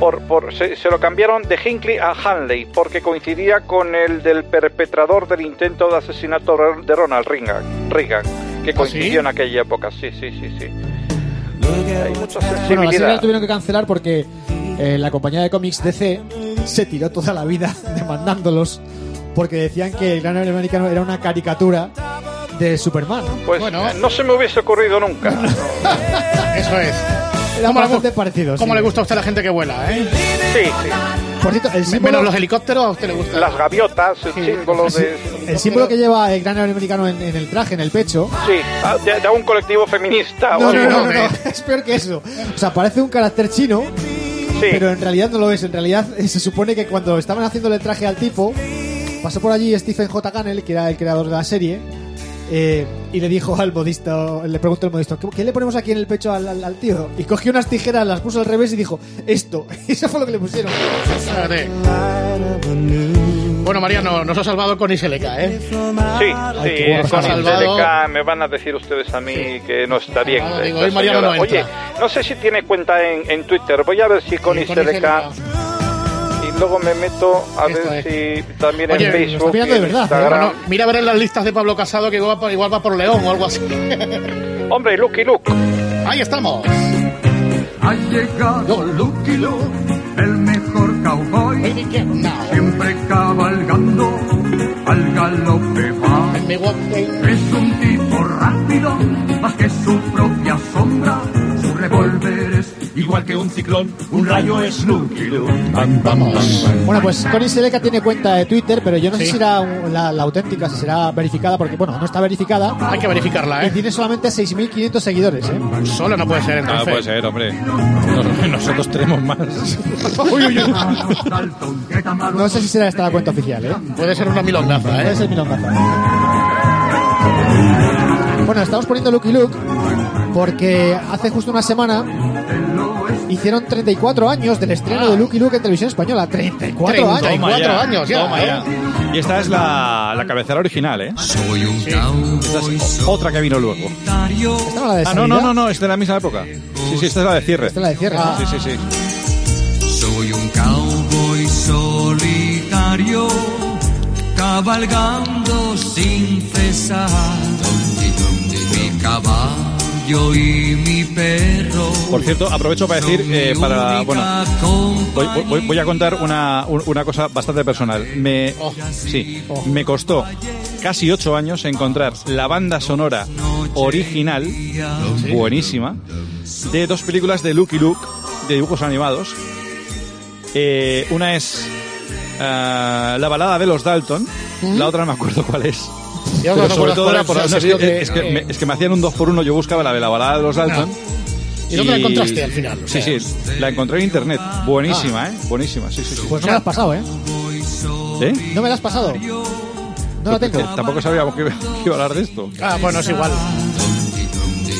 S12: Por, por, se, se lo cambiaron de Hinckley a Hanley, porque coincidía con el del perpetrador del intento de asesinato de Ronald Reagan, Reagan que coincidió
S5: ¿Ah, sí?
S12: en aquella época. Sí, sí, sí, sí. Hay mucha
S8: Bueno, la serie la
S12: sensibilidad.
S8: tuvieron que cancelar porque eh, la compañía de cómics DC se tiró toda la vida demandándolos porque decían que el gran héroe americano era una caricatura de Superman.
S12: Pues
S5: Bueno.
S12: eh, no se me hubiese ocurrido nunca.
S5: Eso es.
S8: Era
S5: ¿Cómo le
S8: bastante
S5: gu-
S8: parecido.
S5: ¿Cómo
S8: sí.
S5: le gusta a usted la gente que vuela, eh?
S12: Sí, sí.
S8: Por cierto, el
S5: Me- Menos
S8: símbolo,
S5: los helicópteros, a usted le gusta.
S12: Las gaviotas, el símbolo de...
S8: el símbolo que lleva el gran héroe americano en, en el traje, en el pecho.
S12: Sí, ah, de, de un colectivo feminista. o
S8: No, no,
S12: algo.
S8: Ah, no, no, no, es peor que eso. O sea, parece un carácter chino,
S12: Sí,
S8: pero en realidad no lo es. En realidad eh, se supone que cuando estaban haciéndole el traje al tipo, pasó por allí Stephen J. Cannell, que era el creador de la serie, eh, y le dijo al modisto, le preguntó al modisto, ¿qué, qué le ponemos aquí en el pecho al, al- al tío? Y cogió unas tijeras, las puso al revés y dijo, esto. Eso fue lo que le pusieron.
S5: Fíjate. Bueno, Mariano, nos ha salvado con Iseleca, ¿eh?
S12: sí, sí,
S8: qué guapo.
S12: con
S5: Salvado.
S12: ITDK me van a decir ustedes a mí que no está bien.
S5: Salvado,
S12: esta
S5: digo, hoy Mariano
S12: señora.
S5: no entra.
S12: Oye, no sé si tiene cuenta en, en Twitter, voy a ver si con
S5: Sí,
S12: ICDK y luego me meto a
S5: Esto
S12: ver si también
S5: Oye,
S12: en
S5: lo está
S12: Facebook y
S8: mirando de
S12: en
S8: verdad, pero
S5: ¿eh? Bueno,
S12: Instagram.
S5: mira a ver en las listas de Pablo Casado que igual va, igual va por León o algo así.
S12: Hombre, Lucky Luke,
S5: Ahí estamos.
S13: Ha llegado Lucky Luke, el mejor cowboy, siempre cabalgando al galope va. Es un tipo rápido, más que su propia sombra. Su revólver es igual que un ciclón, un rayo es Lucky Luke.
S5: Vamos.
S8: Bueno, pues Connie Seleca tiene cuenta de Twitter, pero yo no sé
S5: Sí.
S8: si será un- la, la auténtica, si será verificada, porque, bueno, no está verificada.
S5: Hay que verificarla,
S8: Y
S5: ¿eh?
S8: tiene solamente 6.500 seguidores, ¿eh?
S5: Solo no puede ser entonces.
S7: No Ah, puede ser, hombre. Nos- Nosotros tenemos más.
S8: No sé si será esta la cuenta oficial, ¿eh?
S5: Puede ser una milongaza,
S8: Puede
S5: ¿eh?
S8: ser milongaza. Bueno, estamos poniendo Lucky Luke porque hace justo una semana hicieron 34 años del estreno
S5: Ah.
S8: de Lucky Luke en televisión española. 34 años.
S7: Toma
S5: 34
S7: ya,
S5: años ya,
S7: toma
S5: ¿eh?
S7: Y esta es la, la cabecera original, ¿eh? Esta es o- otra que vino luego.
S8: Esta no la de
S7: Ah, no, no, no,
S8: salida,
S7: no, es de la misma época. Sí, sí, esta es la de cierre.
S8: Esta es la de cierre.
S5: Ah.
S7: Sí, sí, sí.
S13: Soy un cowboy solitario, cabalgando sin cesar. Mi caballo y mi perro.
S7: Por cierto, aprovecho para decir, eh, para, bueno, voy, voy- voy a contar una, un- una cosa bastante personal. Me, sí, me costó casi ocho años encontrar la banda sonora original, buenísima, de dos películas de Lucky Luke, de dibujos animados. Eh, una es ah, La balada de los Dalton, la otra no me acuerdo cuál es.
S5: ¿Mm? Yo
S7: Pero
S5: no
S7: sobre
S5: recuerdo
S7: todo
S5: cuál
S7: era
S5: es,
S7: por-
S5: o sea,
S7: no, es,
S5: seguro
S7: que,
S5: que-
S7: es que me, es que me hacían un 2 por 1 yo buscaba la de la balada de los Dalton.
S5: ¿Y dónde la encontraste al final? O
S7: Sí, sí, la encontré en internet. Buenísima, ¿eh? Buenísima, sí, sí. sí.
S8: Ah. Pues no me la has pasado, ¿eh?
S7: ¿Eh?
S8: No me la has pasado. No la tengo.
S7: Eh, Tampoco sabíamos que iba, que iba a hablar de esto.
S5: Ah, bueno, es igual.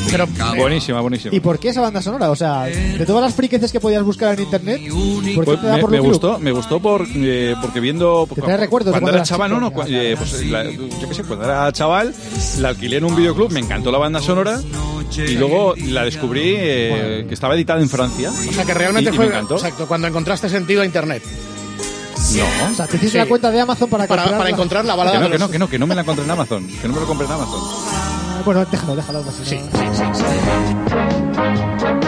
S5: Pero,
S7: buenísima, buenísima.
S8: ¿Y por qué esa banda sonora? O sea, de todas las friqueces que podías buscar en internet, ¿por qué
S7: Pues
S8: te da
S7: me,
S8: por
S7: me
S8: Lucky Luke?
S7: gustó, me gustó por, eh, porque viendo porque
S8: trae recuerdos de
S7: cuando
S8: cuando
S7: era
S8: eras
S7: chaval,
S8: chico.
S7: no, no, cua- eh, pues, la- yo qué sé, cuando era chaval la alquilé en un videoclub, me encantó la banda sonora y luego la descubrí eh, que estaba editada en Francia.
S5: O sea, que realmente
S7: y- y
S5: fue
S7: me encantó.
S5: exacto, cuando encontraste sentido a Internet.
S7: No.
S8: O sea, te hiciste la
S5: Sí.
S8: cuenta de Amazon para,
S5: Para-
S8: comprar
S5: para encontrar la balada
S7: Que no,
S5: de
S7: que
S5: los-
S7: no, que no, que no me la encontré en Amazon, que no me lo compré en Amazon.
S8: Ah, Bueno, déjalo, déjalo. pues, si no-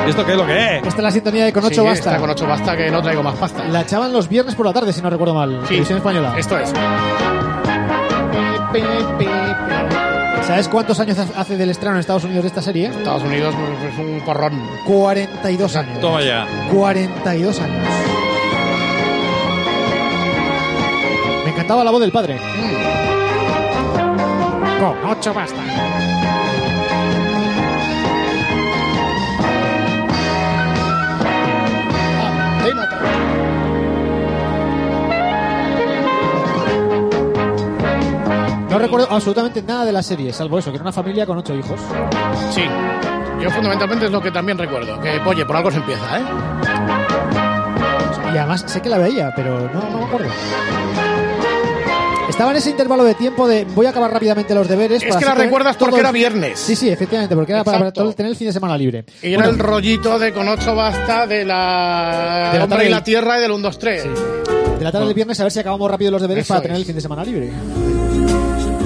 S7: ¿Esto qué es lo que es?
S8: Esta es la sintonía de Con 8
S5: Sí,
S8: Basta.
S5: esta con 8 basta que no traigo más pasta.
S8: La echaban los viernes por la tarde, si no recuerdo mal.
S5: Sí.
S8: Televisión española.
S5: Esto es.
S8: ¿Sabes cuántos años hace del estreno en Estados Unidos de esta serie?
S5: Estados Unidos es un porrón.
S8: 42 años.
S7: Toma ya.
S8: 42 años. Me encantaba la voz del padre. Mm. Con 8 Basta. No recuerdo absolutamente nada de la serie, salvo eso, que era una familia con 8 hijos.
S5: Sí. Yo fundamentalmente es lo que también recuerdo. Que, oye, por algo se empieza, ¿eh?
S8: Y además sé que la veía, pero no, no me acuerdo. Estaba en ese intervalo de tiempo de voy a acabar rápidamente los deberes.
S5: Es
S8: para
S5: que
S8: Pues
S5: la
S8: así tener
S5: recuerdas
S8: todo
S5: porque
S8: el-
S5: era viernes.
S8: Sí, sí, efectivamente, porque era para, para
S5: Exacto.
S8: todo- tener el fin de semana libre.
S5: Y era
S7: pues,
S5: el rollito de con 8 basta de la,
S8: De la
S5: Hombre
S8: tarde
S5: y la
S8: del-
S5: Tierra y del 1, 2, 3.
S8: De la tarde del viernes a ver si acabamos rápido los deberes
S5: Eso
S8: para
S5: es.
S8: tener el fin de semana libre.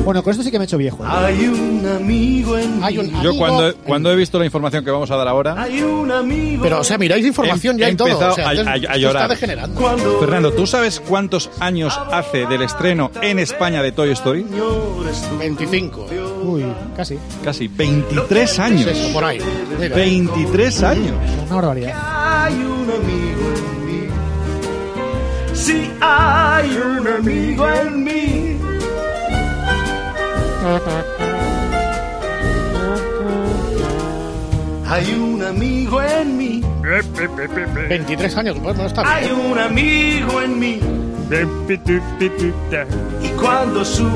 S8: Bueno, con esto sí que me he hecho viejo. ¿eh?
S10: Hay un amigo en
S5: Hay un
S7: Yo
S5: amigo-
S7: cuando, cuando he visto la información que vamos a dar ahora,
S10: Hay un amigo.
S5: Pero, o sea, miráis información
S7: He-
S5: ya
S7: he
S5: y todo.
S7: empezado
S5: o sea,
S7: a-
S5: esto-
S7: a- a
S5: esto
S7: llorar.
S5: está degenerando.
S7: Fernando, ¿tú sabes cuántos años hace del estreno en España de Toy Story?
S5: 25.
S8: Uy, casi.
S7: Casi 23
S5: Es
S7: años.
S5: eso, por ahí. Mira.
S7: 23 años.
S8: Una barbaridad.
S10: Hay un amigo en mí. Si hay un amigo en mí. Hay un amigo en mí.
S5: 23 años, bueno, está bien.
S10: Hay un amigo en mí. Y cuando su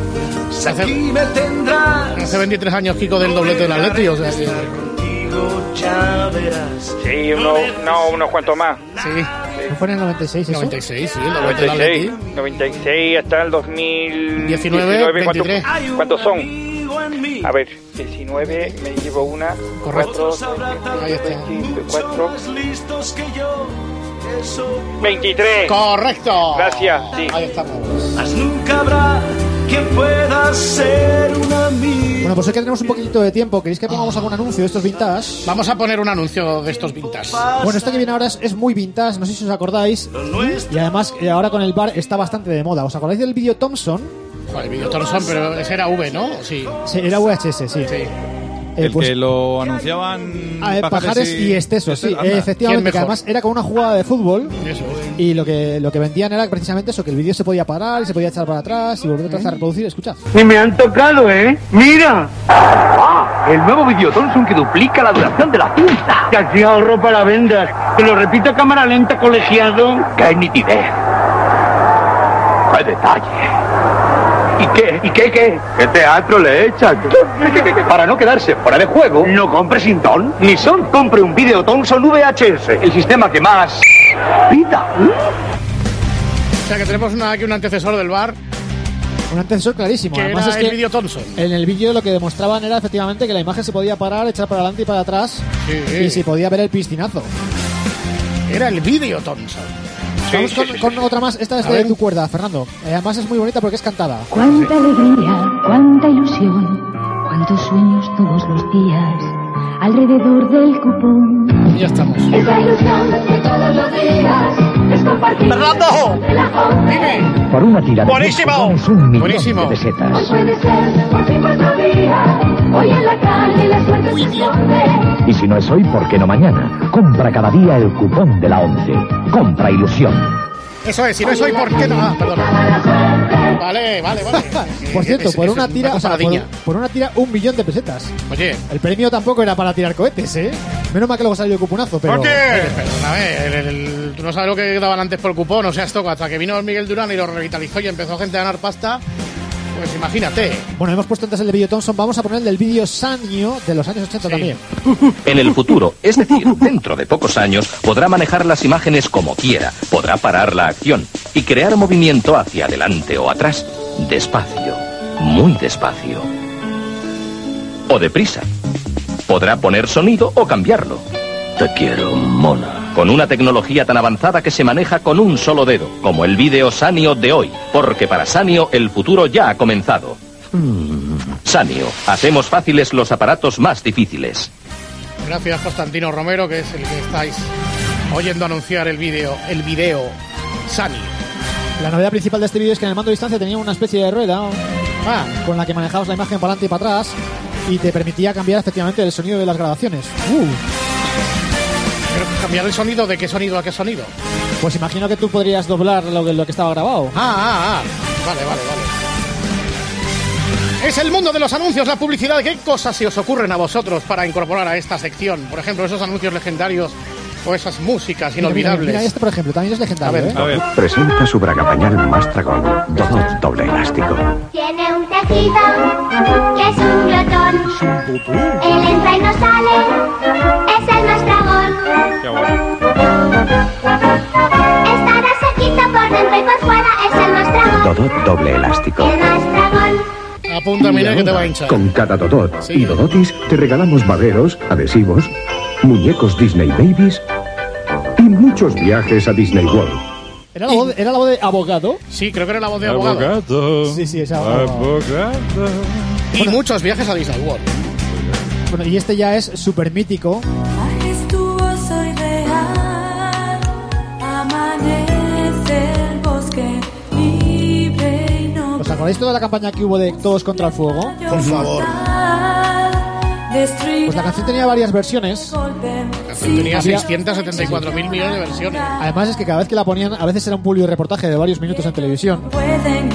S10: aquí me tendrás.
S5: Hace 23 años Kiko del doblete del Atleti, o sea que...
S10: Estar contigo ya verás.
S6: Sí, uno, no, unos cuantos más.
S5: Sí,
S8: ¿No fue en el 96 eso?
S5: 96, sí, el doblete del
S6: 96,
S5: Atleti.
S6: 96 hasta el 2019.
S5: 19,
S6: ¿cuántos-
S5: 23.
S10: Hay un
S6: ¿Cuántos son?
S10: amigo en mí.
S6: A ver, 19, me llevo una.
S5: Correcto. Ahí está.
S6: 4,
S10: Más listos que yo. Eso
S6: 23.
S5: ¡Correcto!
S6: Gracias, sí.
S5: Ahí estamos.
S10: más nunca habrá quien pueda ser un amigo.
S8: Bueno, pues es que tenemos un poquitito de tiempo. ¿Queréis que pongamos algún anuncio de estos vintage?
S5: Vamos a poner un anuncio de estos vintage.
S8: Bueno, esto que viene ahora es, es muy vintage, no sé si os acordáis. Y además, eh, ahora con el bar está bastante de moda. ¿Os acordáis del vídeo Thompson?
S5: Joder, Video Thompson, pero ese era V, ¿no? Sí.
S8: Sí, era VHS, sí.
S5: Sí.
S8: Eh,
S7: El
S8: pues-
S7: que lo anunciaban
S8: Ah, eh, pajares y excesos, sí,
S7: anda.
S8: eh, efectivamente,
S5: este, ¿Quién
S8: que
S5: mejor?
S8: además era con una jugada de fútbol
S5: Eso es.
S8: y lo que, lo que vendían era precisamente eso, que el vídeo se podía parar y se podía echar para atrás y volver otra
S5: Mm.
S8: vez a reproducir, escuchad.
S14: Y me han tocado, ¿eh? ¡Mira! ¡Ah! El nuevo Videotonson que duplica la duración de la cinta. Casi ahorro para vendas. Te lo repito a cámara lenta, colegiado. ¡Qué nitidez! ¡Qué detalle! ¿Y qué? ¿Y qué qué? ¿Qué teatro le echan? Para no quedarse fuera de juego, no compre sin ton ni son. Compre un Videotonson VHS, el sistema que más pita.
S5: O sea que tenemos una- aquí un antecesor del bar,
S8: Un antecesor clarísimo,
S5: que
S8: además
S5: era
S8: es
S5: el
S8: que
S5: Video Thompson.
S8: en el vídeo lo que demostraban era efectivamente que la imagen se podía parar, echar para adelante y para atrás
S5: Sí, sí.
S8: y se podía ver el piscinazo.
S5: Era el Video Thompson.
S8: Vamos con, con otra más, esta es
S5: A
S8: de
S5: ver.
S8: tu cuerda, Fernando. Eh, además es muy bonita porque es cantada.
S15: Cuánta alegría, cuánta ilusión, cuántos sueños todos los días alrededor del cupón.
S5: Ya estamos.
S15: Esa ilusión de todos los días es compartir.
S5: ¡Fernando! ¡Dime!
S14: Por una tira
S5: de Buenísimo. cupones, un millón de
S14: pesetas.
S15: Hoy puede ser por fin vuestro día. Hoy en la calle, la
S16: Y si no es hoy, ¿por qué no mañana? Compra cada día el cupón de la ONCE. Compra ilusión.
S5: Eso es, si no soy ¿por qué no? Ah, perdón. Vale, vale, vale.
S8: Por cierto,
S5: Es-
S8: por
S5: es
S8: una tira, o sea, por,
S5: pasadilla.
S8: por una tira un millón de pesetas.
S5: Oye.
S8: El premio tampoco era para tirar cohetes, ¿eh? Menos mal que luego salió el cupunazo, pero...
S5: Oye, perdóname, el- el- el- tú no sabes lo que daban antes por cupón, o sea, esto hasta que vino Miguel Durán y lo revitalizó y empezó gente a ganar pasta, pues imagínate.
S8: Bueno, hemos puesto antes el de Billy Thompson, vamos a poner el del vídeo Sanio de los años 80 también.
S17: En el futuro, es decir, dentro de pocos años, podrá manejar las imágenes como quiera, podrá parar la acción y crear movimiento hacia adelante o atrás, despacio, muy despacio. O deprisa. Podrá poner sonido o cambiarlo. Te quiero, mona. Con una tecnología tan avanzada que se maneja con un solo dedo, como el vídeo Sanio de hoy, porque para Sanio el futuro ya ha comenzado. Mm. Sanio, hacemos fáciles los aparatos más difíciles.
S5: Gracias Constantino Romero, que es el que estáis oyendo anunciar el vídeo, el video Sani.
S8: La novedad principal de este vídeo es que en el mando de distancia tenía una especie de rueda ah, con la que manejabas la imagen para adelante y para atrás y te permitía cambiar efectivamente el sonido de las grabaciones. Uh,
S5: Pero cambiar el sonido de qué sonido a qué sonido.
S8: pues imagino que tú podrías doblar lo, que- lo que estaba grabado.
S5: Ah, ah, ah. Vale, vale, vale. Es el mundo de los anuncios, la publicidad. ¿Qué cosas se os ocurren a vosotros para incorporar a esta sección? Por ejemplo, esos anuncios legendarios o esas músicas
S8: Mira, mira, mira,
S5: inolvidables.
S8: este, por ejemplo, también es legendario. ¿eh?
S16: Presenta su braga pañal Mastragón. Todo doble elástico.
S18: Tiene un tejido que es un glotón. Él entra y no sale, es el más dragón. Estará sequito por dentro y por fuera, es el más dragón.
S16: Dodot doble elástico.
S18: El más dragón.
S8: ¿eh?
S5: Apúntame Ah, que te va a hinchar.
S16: Con cada Dodot y Dodotis te regalamos baberos, adhesivos, muñecos Disney Babies y muchos viajes a Disney World.
S8: ¿Era, la voz, ¿Era la voz de abogado?
S5: Sí, creo que era la voz de abogado.
S8: Sí, sí, esa voz.
S5: Y muchos viajes a Disney World.
S8: Bueno, y este ya es súper mítico.
S13: Eres tú, oh, soy real. Amanece el bosque libre y no
S8: ¿Os acordáis toda la campaña que hubo de Todos contra el Fuego?
S13: Por favor.
S8: Pues la canción tenía varias versiones.
S5: Tenía
S8: Había-
S5: 674 mil millones de versiones.
S8: Además es que cada vez que la ponían, a veces era un pulio reportaje de varios minutos en televisión.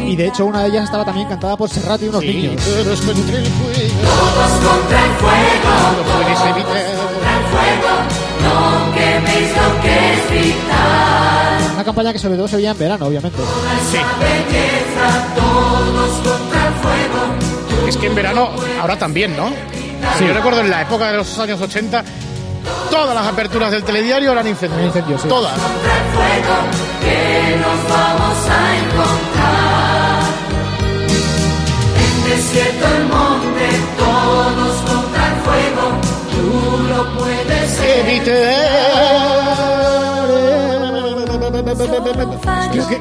S8: Y de hecho una de ellas estaba también cantada por Serrat y unos niños.
S13: Todos contra el fuego. No queméis lo que es vital.
S8: Una campaña que sobre todo se veía en verano, obviamente.
S13: Esa belleza, todos contra el fuego.
S5: Es que en verano, ahora también, ¿no?
S8: Sí.
S5: Yo recuerdo en la época de los años 80, todas las aperturas del telediario eran incendios.
S8: Incendios, sí.
S5: Todas.
S13: que nos vamos a encontrar. En desierto, en monte, todos contra el fuego, tú lo puedes
S8: Creo que,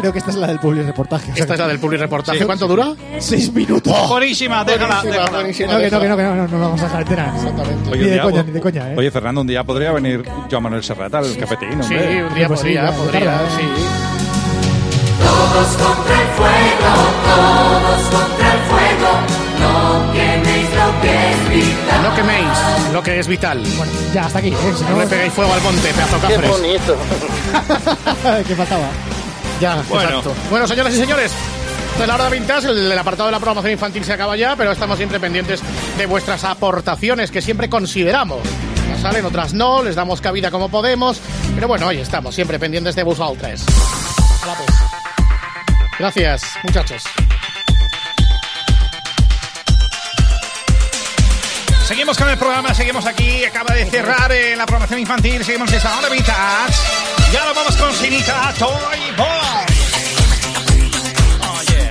S8: creo que esta es la del pulio reportaje.
S5: Esta es la del public reportaje. ¿Cuánto dura?
S8: Seis minutos.
S5: Ah,
S7: Buenísima, déjala, déjala.
S8: Que no, que no, que no, que no, no, no la vamos a dejar entera. Ni
S7: un
S8: de
S7: día,
S8: coña,
S7: o-
S8: ni de coña, ¿eh?
S7: Oye, Fernando, un día podría venir Joan Manuel Serrat al cafetín,
S5: Sí,
S7: hombre.
S5: un día
S8: Pues sí,
S5: podría,
S8: ya,
S5: podría,
S8: ya.
S5: sí.
S13: Todos contra el fuego, todos contra el fuego, no queméis lo que es vital.
S5: No queméis lo que es vital.
S8: Ya, hasta aquí. ¿eh? Si
S5: No le pegáis fuego al monte, pedazo de cafres.
S8: ¿Qué faltaba?
S5: Ya,
S8: Bueno.
S5: exacto. Bueno, señoras y señores, esta es la hora de Vintage, el, el apartado de la programación infantil se acaba ya, pero estamos siempre pendientes de vuestras aportaciones que siempre consideramos. Unas salen, otras no, les damos cabida como podemos, pero bueno, ahí estamos, siempre pendientes de vosotros. Hola, pues. Gracias, muchachos.
S19: Seguimos con el programa, seguimos aquí. Acaba de cerrar eh, la programación infantil. Seguimos esta hora mitad. Y ahora vamos con Sinita Toy Boy. Oh, yeah.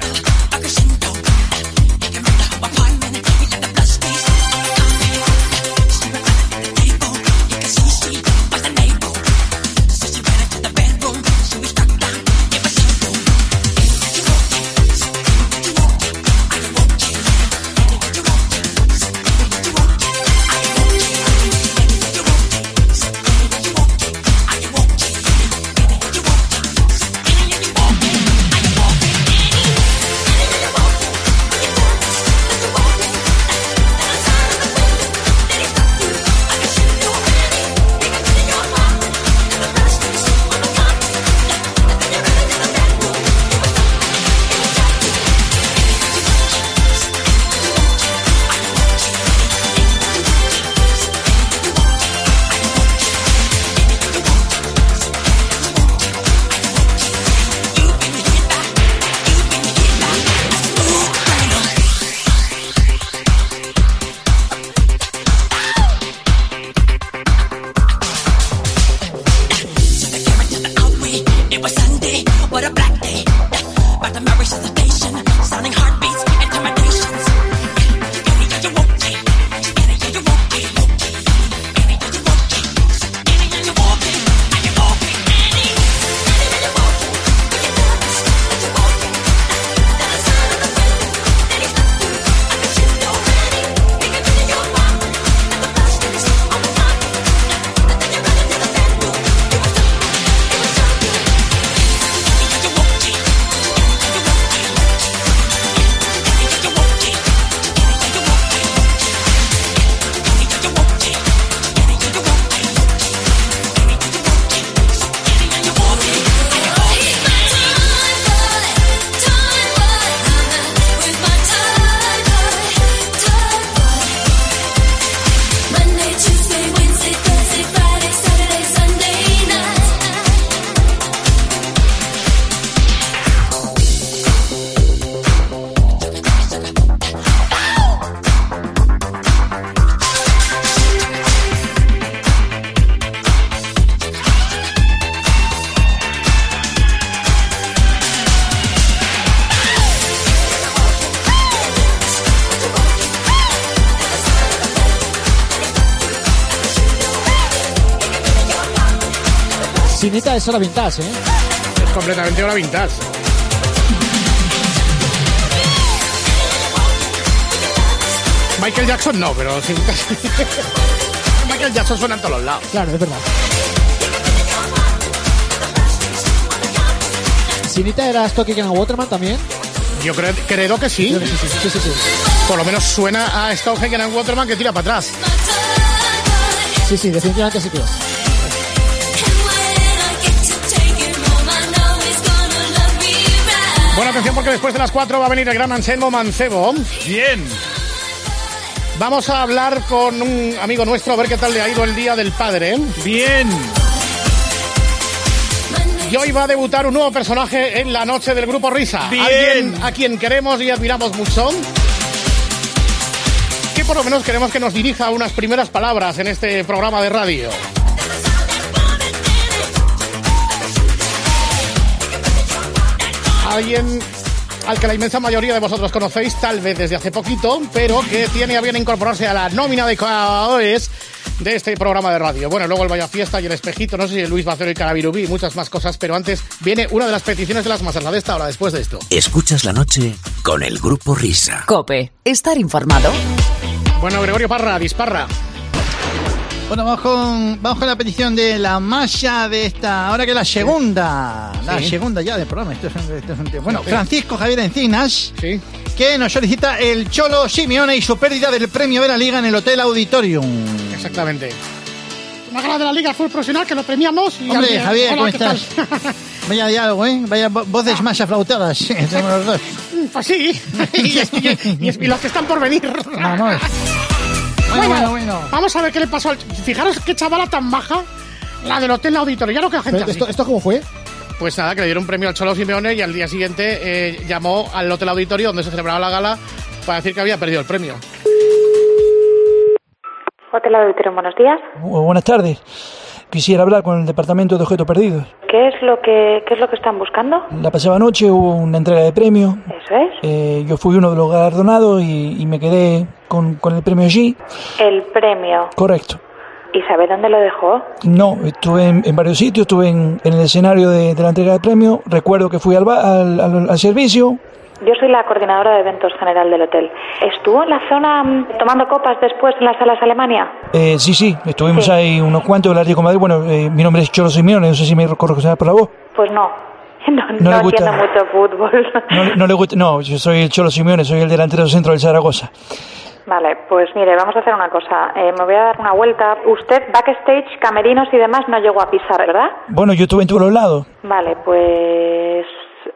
S13: Baby,
S8: Sinita es hora vintage, ¿eh?
S5: Es completamente hora vintage. Michael Jackson no, pero sí. Michael Jackson suena en todos lados.
S8: Claro, es verdad. ¿Sinita era Stocky and Waterman también?
S5: Yo creo, creo que sí. Por lo menos suena a Stonehagen and Waterman que tira para atrás.
S8: Sí, sí, definitivamente sí que es.
S5: Bueno, atención porque después de las 4 va a venir el gran Anselmo Mancebo. Bien. Vamos a hablar con un amigo nuestro a ver qué tal le ha ido el Día del Padre. Bien. Y hoy va a debutar un nuevo personaje en la noche del grupo Risa.
S19: Bien.
S5: Alguien a quien queremos y admiramos mucho. Que por lo menos queremos que nos dirija unas primeras palabras en este programa de radio. alguien al que la inmensa mayoría de vosotros conocéis, tal vez desde hace poquito, pero que tiene a bien incorporarse a la nómina de colaboradores de este programa de radio. Bueno, luego el Vaya Fiesta y el Espejito, no sé si el Luis Bacero y Carabirubí y muchas más cosas, pero antes viene una de las peticiones de las más de esta hora después de esto.
S20: Escuchas la noche con el grupo Risa.
S2: Cope, estar informado.
S5: Bueno, Gregorio Parra, disparra.
S11: Bueno, vamos con, vamos con la petición de la malla de esta. Ahora que la segunda. La
S5: Sí.
S11: segunda ya del programa. Esto es un, esto es un tío. Bueno,
S5: Sí.
S11: Francisco Javier Encinas. Que nos solicita el Cholo Simeone y su pérdida del premio de la Liga en el Hotel Auditorium.
S5: Exactamente. Una gala de la Liga Fútbol Profesional que lo premiamos. Y
S11: Hombre,
S5: alguien-
S11: Javier,
S5: Hola,
S11: ¿cómo
S5: ¿qué tal?
S11: estás? Vaya diálogo, ¿eh? Vaya vo- voces más aflautadas. Sí, tenemos los dos.
S5: Pues sí. y, es- y es- y es- y los que están por venir.
S11: Vamos.
S5: Bueno, Vamos a ver qué le pasó al. Fijaros qué chavala tan baja. La del Hotel Auditorio. Ya lo que la gente.
S8: Pero ¿Esto,
S5: hace.
S8: ¿Esto cómo fue?
S5: Pues nada, que le dieron premio al Cholo Simeone y al día siguiente eh, llamó al Hotel Auditorio donde se celebraba la gala para decir que había perdido el premio.
S21: Hotel Auditorio, buenos días.
S22: Bu- Buenas tardes. Quisiera hablar con el Departamento de Objetos Perdidos.
S21: ¿Qué es lo que qué es lo que están buscando?
S22: La pasada noche hubo una entrega de premios.
S21: Eso es.
S22: Eh, yo fui uno de los galardonados y, y me quedé con, con el premio allí.
S21: El premio.
S22: Correcto.
S21: ¿Y sabe dónde lo dejó?
S22: No, estuve en, en varios sitios, estuve en, en el escenario de, de la entrega de premio. Recuerdo que fui al, ba- al, al- al servicio.
S21: Yo soy la coordinadora de eventos general del hotel. ¿Estuvo en la zona mm, tomando copas después en las salas Alemania?
S22: Eh, sí, sí, estuvimos
S21: Sí.
S22: ahí unos cuantos del Atlético de Madrid. Bueno, eh, mi nombre es Cholo Simeone, no sé si me corresponde por la voz.
S21: Pues no. No, no,
S22: le gusta.
S21: entiendo mucho fútbol.
S22: No, le- no le gusta, no, yo soy el Cholo Simeone, soy el delantero centro del Zaragoza.
S21: Vale, pues mire, vamos a hacer una cosa. Eh, me voy a dar una vuelta. Usted, backstage, camerinos y demás, no llegó a pisar, ¿verdad?
S22: Bueno, yo estuve en todos los lados.
S21: Vale, pues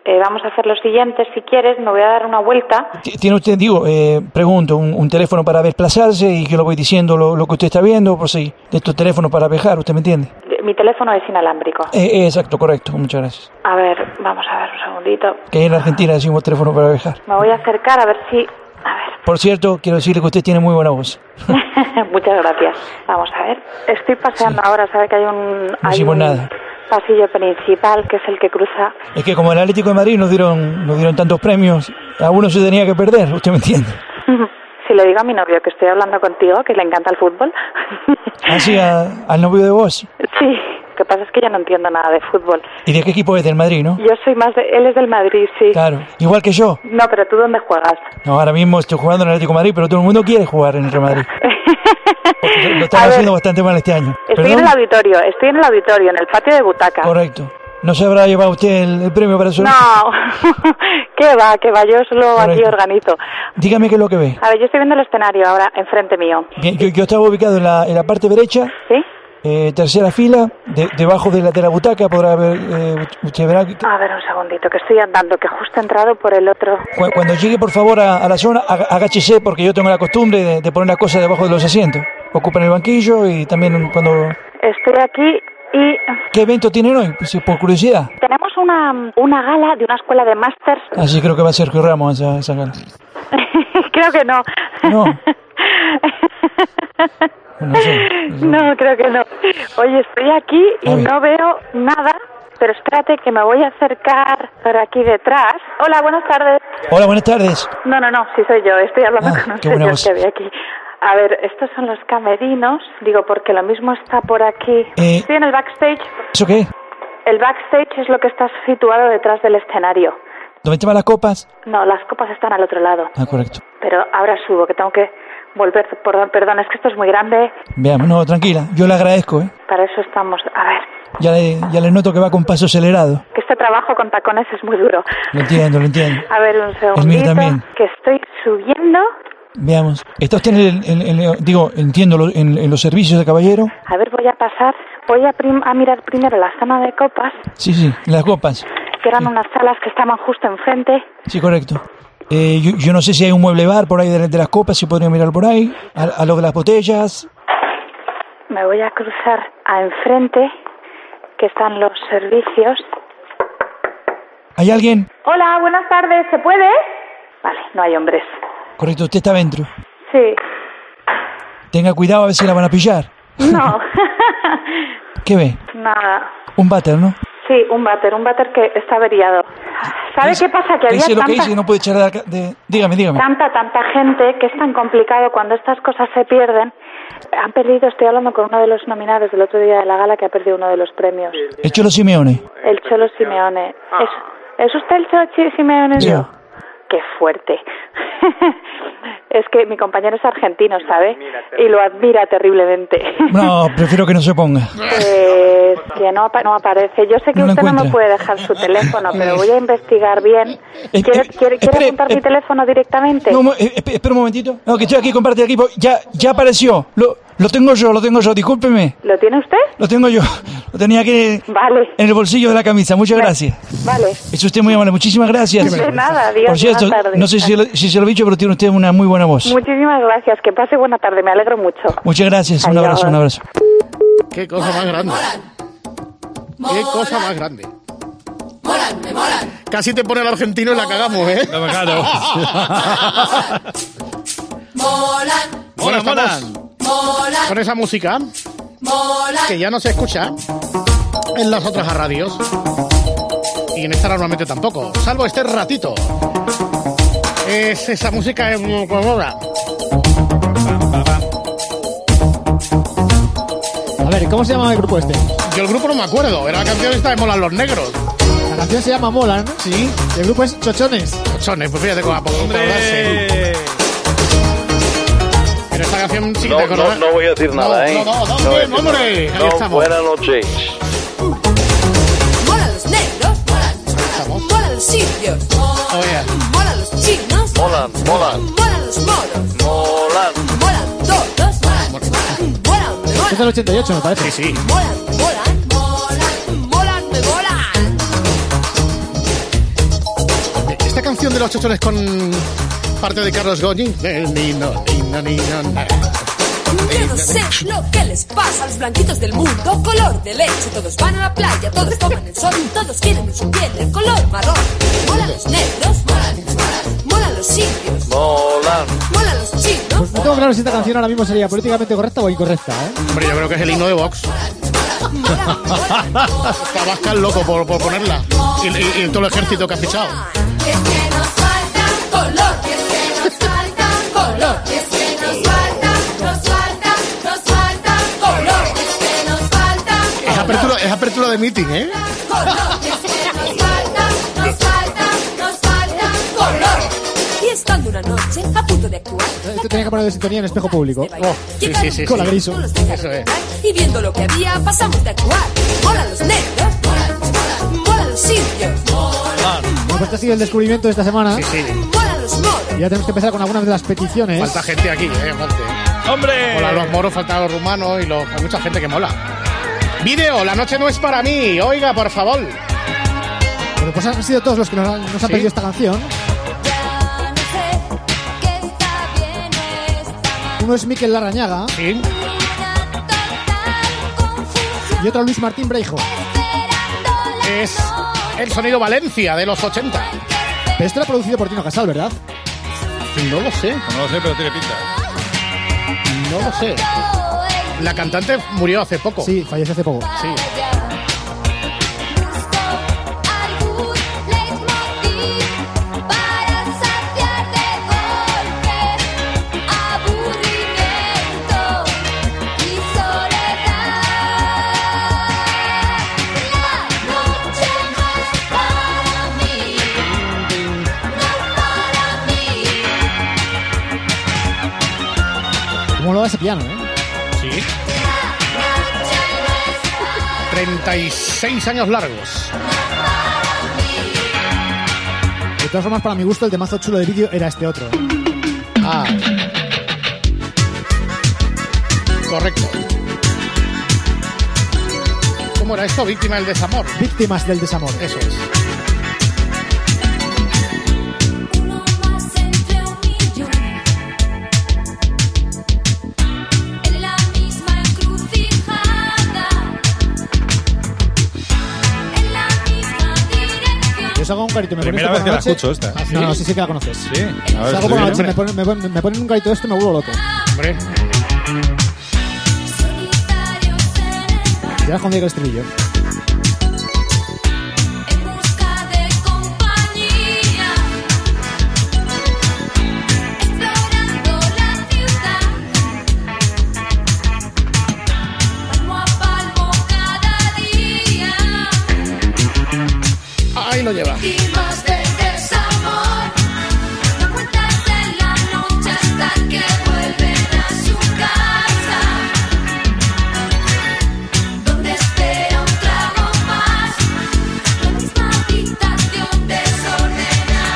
S21: eh, vamos a hacer lo siguiente. Si quieres, me voy a dar una vuelta.
S22: T- ¿Tiene usted, digo, eh, pregunto, un, un teléfono para desplazarse y yo lo voy diciendo lo, lo que usted está viendo, por si de estos teléfonos para viajar, ¿usted me entiende?
S21: Mi teléfono es inalámbrico.
S22: Eh, eh, exacto, correcto, muchas gracias.
S21: A ver, vamos a ver un segundito.
S22: Que ahí en la Argentina decimos teléfono para viajar.
S21: Me voy a acercar a ver si...
S22: Por cierto, quiero decirle que usted tiene muy buena voz.
S21: Muchas gracias. Vamos a ver. Estoy paseando ahora, sabe que hay un...
S22: No
S21: hay
S22: hicimos
S21: un
S22: nada.
S21: pasillo principal que es el que cruza...
S22: Es que como el Atlético de Madrid nos dieron, nos dieron tantos premios, a uno se tenía que perder, ¿usted me entiende?
S21: si le digo a mi novio que estoy hablando contigo, que le encanta el fútbol...
S22: Así a- al novio de vos.
S21: sí, lo que pasa es que yo no entiendo nada de fútbol.
S22: ¿Y de qué equipo es? Del Madrid, ¿no?
S21: Yo soy más de... Él es del Madrid, sí.
S22: Claro. Igual que yo.
S21: No, pero ¿tú dónde juegas?
S22: No, ahora mismo estoy jugando en el Atlético de Madrid, pero todo el mundo quiere jugar en el Real Madrid. Lo- Lo están
S21: A ver.
S22: haciendo bastante mal este año.
S21: Estoy
S22: ¿Perdón?
S21: en el auditorio, estoy en el auditorio, en el patio de butacas.
S22: Correcto. ¿No se habrá llevado usted el, el premio para eso?
S21: No, que va, que va, yo solo
S22: Correcto.
S21: aquí organizo.
S22: Dígame qué es lo que ve.
S21: A ver, yo estoy viendo el escenario ahora enfrente mío.
S22: Bien, yo, yo estaba ubicado en la, en la parte derecha. eh, tercera fila, de- debajo de la, de la butaca, podrá ver, eh, usted verá. que-
S21: A ver, un segundito, que estoy andando, que justo he entrado por el otro.
S22: cu- Cuando llegue, por favor, a, a la zona, aga- agáchese, porque yo tengo la costumbre de, de poner las cosas debajo de los asientos. Ocupen el banquillo y también cuando...
S21: Estoy aquí y
S22: ¿Qué evento tienen hoy? Si- por curiosidad.
S21: tenemos una, una gala de una escuela de másters.
S22: Así creo que va a ser que Ramos esa, esa gala.
S21: creo que no.
S22: No. Bueno, sí.
S21: No, creo que no. Oye, estoy aquí y
S22: A ver.
S21: no veo nada, pero espérate que me voy a acercar por aquí detrás. Hola, buenas tardes.
S22: Hola, buenas tardes.
S21: No, no, no, sí soy yo, estoy hablando
S22: Ah,
S21: con un
S22: qué buena
S21: señor
S22: voz.
S21: que había aquí. A ver, estos son los camerinos, digo, porque lo mismo está por aquí.
S22: Eh.
S21: Estoy en el backstage,
S22: ¿Eso qué?
S21: el backstage es lo que está situado detrás del escenario.
S22: ¿Dónde llevan las copas?
S21: No, las copas están al otro lado.
S22: Ah, correcto.
S21: Pero ahora subo, que tengo que volver. Perdón, perdón, es que esto es muy grande.
S22: Veamos, no, tranquila, yo le agradezco, ¿eh?
S21: Para eso estamos. A ver,
S22: Ya le, ya le noto que va con paso acelerado.
S21: que este trabajo con tacones es muy duro.
S22: Lo entiendo, lo entiendo.
S21: A ver, un segundito.
S22: también.
S21: Que estoy subiendo.
S22: Veamos. ¿Está usted en el, en- en- en- digo, entiendo, lo- en, en los servicios de caballero?
S21: A ver, voy a pasar. Voy a, prim- a mirar primero la zona de copas,
S22: Sí, sí, en las copas.
S21: que eran unas salas que estaban justo enfrente.
S22: Sí, correcto. Eh, yo, yo no sé si hay un mueble bar por ahí de, de las copas, si podría mirar por ahí, a, a lo de las botellas.
S21: Me voy a cruzar a enfrente, que están los servicios.
S22: ¿Hay alguien?
S21: Hola, buenas tardes. ¿Se puede? Vale, no hay hombres.
S22: Correcto, usted está dentro.
S21: Sí.
S22: Tenga cuidado, a ver si la van a pillar.
S21: No.
S22: ¿Qué ve?
S21: Nada.
S22: Un váter, ¿no?
S21: Sí, un váter, un váter que está averiado. ¿Sabe qué pasa? Que había
S22: Hice lo que
S21: tanta,
S22: hice y no puede echar de acá- de- Dígame, dígame.
S21: tanta, tanta gente que es tan complicado cuando estas cosas se pierden. Han perdido, estoy hablando con uno de los nominados del otro día de la gala que ha perdido uno de los premios,
S22: Hecho los Simeone.
S21: el Cholo Simeone. ¿Es, ¿es usted el Cholo Chi- Simeone?
S22: Yo.
S21: Qué fuerte. es que mi compañero es argentino, ¿sabe? Y lo admira terriblemente.
S22: No, prefiero que no se ponga.
S21: Pues que no, apa- no aparece. Yo sé que
S22: No lo
S21: usted no me
S22: encuentra.
S21: puede dejar su teléfono, pero voy a investigar bien. ¿Quiere, quiere- quiere apuntar mi teléfono directamente?
S22: No, mo- eh, esp- espera un momentito. No, que estoy aquí, comparte el equipo. Ya, ya apareció. Lo, lo tengo yo, lo tengo yo. Discúlpeme.
S21: ¿Lo tiene usted?
S22: Lo tengo yo. Lo tenía aquí
S21: vale.
S22: en el bolsillo de la camisa. Muchas gracias.
S21: Vale.
S22: Es usted muy amable. Muchísimas gracias.
S21: De nada, adiós,
S22: Por cierto,
S21: buenas tardes.
S22: no sé si, lo- si se lo he dicho, pero tiene usted una muy buena voz.
S21: Muchísimas gracias. Que pase buena tarde. Me alegro mucho.
S22: Muchas gracias. Un
S21: Adiós.
S22: abrazo, un abrazo.
S5: Qué cosa más grande. Qué cosa más grande. Casi te pone el argentino y la cagamos, ¿eh?
S13: Molan,
S5: Bueno, estamos
S13: molan,
S5: con esa música
S13: molan.
S5: que ya no se escucha en las otras radios. Y en esta normalmente tampoco, salvo este ratito. Es esa música em, con moda.
S8: A ver, ¿cómo se llama el grupo este?
S5: Yo el grupo no me acuerdo, era la canción esta de Molan los Negros.
S8: La canción se llama Molan.
S5: Sí.
S8: Y el grupo es Chochones.
S5: Chochones, pues fíjate cómo acordarse. Pero esta canción sí que te
S3: No, no,
S5: acordarás.
S3: no voy a decir nada,
S5: No,
S3: ¿eh?
S5: no,
S3: voy
S5: no, no,
S3: a
S5: bien,
S3: decir
S5: hombre,
S3: nada.
S5: ahí
S3: No,
S5: estamos.
S3: buenas noches.
S13: Mola los negros, molan, molan los indios, molan los chinos,
S3: Molan, molan,
S13: molan los moros,
S3: molan.
S13: molan todos, molan, molan,
S8: Es del 88, me parece.
S5: Sí, sí.
S13: molan, molan, molan, me molan.
S5: Esta canción de los Chochones con parte de Carlos Goñi. Del nino, nino, nino, na.
S13: Yo no sé lo que les pasa a los blanquitos del mundo, color de leche, todos van a la playa, todos toman el sol, todos quieren en su piel el color marrón. Mola los negros, molan, molan los indios,
S3: Molan.
S13: molan los chinos,
S8: Pues no tengo claro si esta canción ahora mismo sería políticamente correcta o incorrecta, ¿eh?
S5: Hombre, yo creo que es el himno de Vox. Está Bascal loco por, por ponerla. Y, y- y todo el ejército que ha fichado.
S13: es que nos falta color, es que nos falta color, es que nos falta, nos falta, nos falta color, es que nos falta
S5: Es apertura, es apertura de meeting, ¿eh?
S13: color, es que nos falta, nos falta, nos falta color. Y estando una noche a punto de actuar,
S8: Esto tenía que poner de sintonía en espejo público. Oh,
S13: sí, sí, sí,
S8: Con la
S13: sí.
S8: griso.
S13: y viendo lo que había, pasamos de actuar. Mola los negros, mola los indios,
S5: Ah,
S8: Bueno, pues este ha sido el descubrimiento de esta semana.
S5: Sí, sí.
S13: mola los moros.
S8: Y ya tenemos que empezar con algunas de las peticiones.
S5: Falta gente aquí, ¿eh? ¡Hombre! Mola los moros, faltan los rumanos y los, hay mucha gente que mola. Video, la noche no es para mí. Oiga, por favor.
S8: Bueno, pues han sido todos los que nos han, nos han
S5: Sí.
S8: pedido esta canción. Uno es Miquel Larrañaga.
S5: Sí.
S8: Y otro Luis Martín Breijo.
S5: Es el sonido Valencia de los 80.
S8: Pero esto era producido por Tino Casal, ¿verdad?
S5: No lo sé.
S7: No lo sé, pero tiene pinta.
S5: No lo sé. La cantante murió hace poco.
S8: Sí, falleció hace poco.
S5: Sí.
S13: Mola
S8: ¿Cómo lo va ese piano, eh?
S5: Sí. 36 años largos.
S8: De todas formas, para mi gusto, el de mazo chulo de vídeo era este otro.
S5: Ah. Correcto. ¿Cómo era esto? Víctima del desamor.
S8: Víctimas del desamor.
S5: Eso es.
S4: En la misma encrucijada, en la misma dirección.
S8: Yo salgo un carito, me
S7: Primera vez
S8: pones
S7: que la
S8: noche-
S7: escucho esta.
S8: Ah,
S7: ¿Sí?
S8: No, no, sí, sí que la conoces.
S7: Sí. A ver,
S8: Salgo
S7: sí,
S8: por la noche, me
S7: hombre.
S8: ponen, me ponen- me ponen un carito de esto y me vuelvo loco.
S5: Hombre.
S8: Ya con Diego Estribillo.
S4: busca de compañía, explorando la ciudad, palmo a palmo cada día,
S5: Ahí lo lleva.
S4: víctimas del desamor, no cuentas en la noche hasta que vuelven a su casa, donde espera un trago más. La misma habitación desordenada.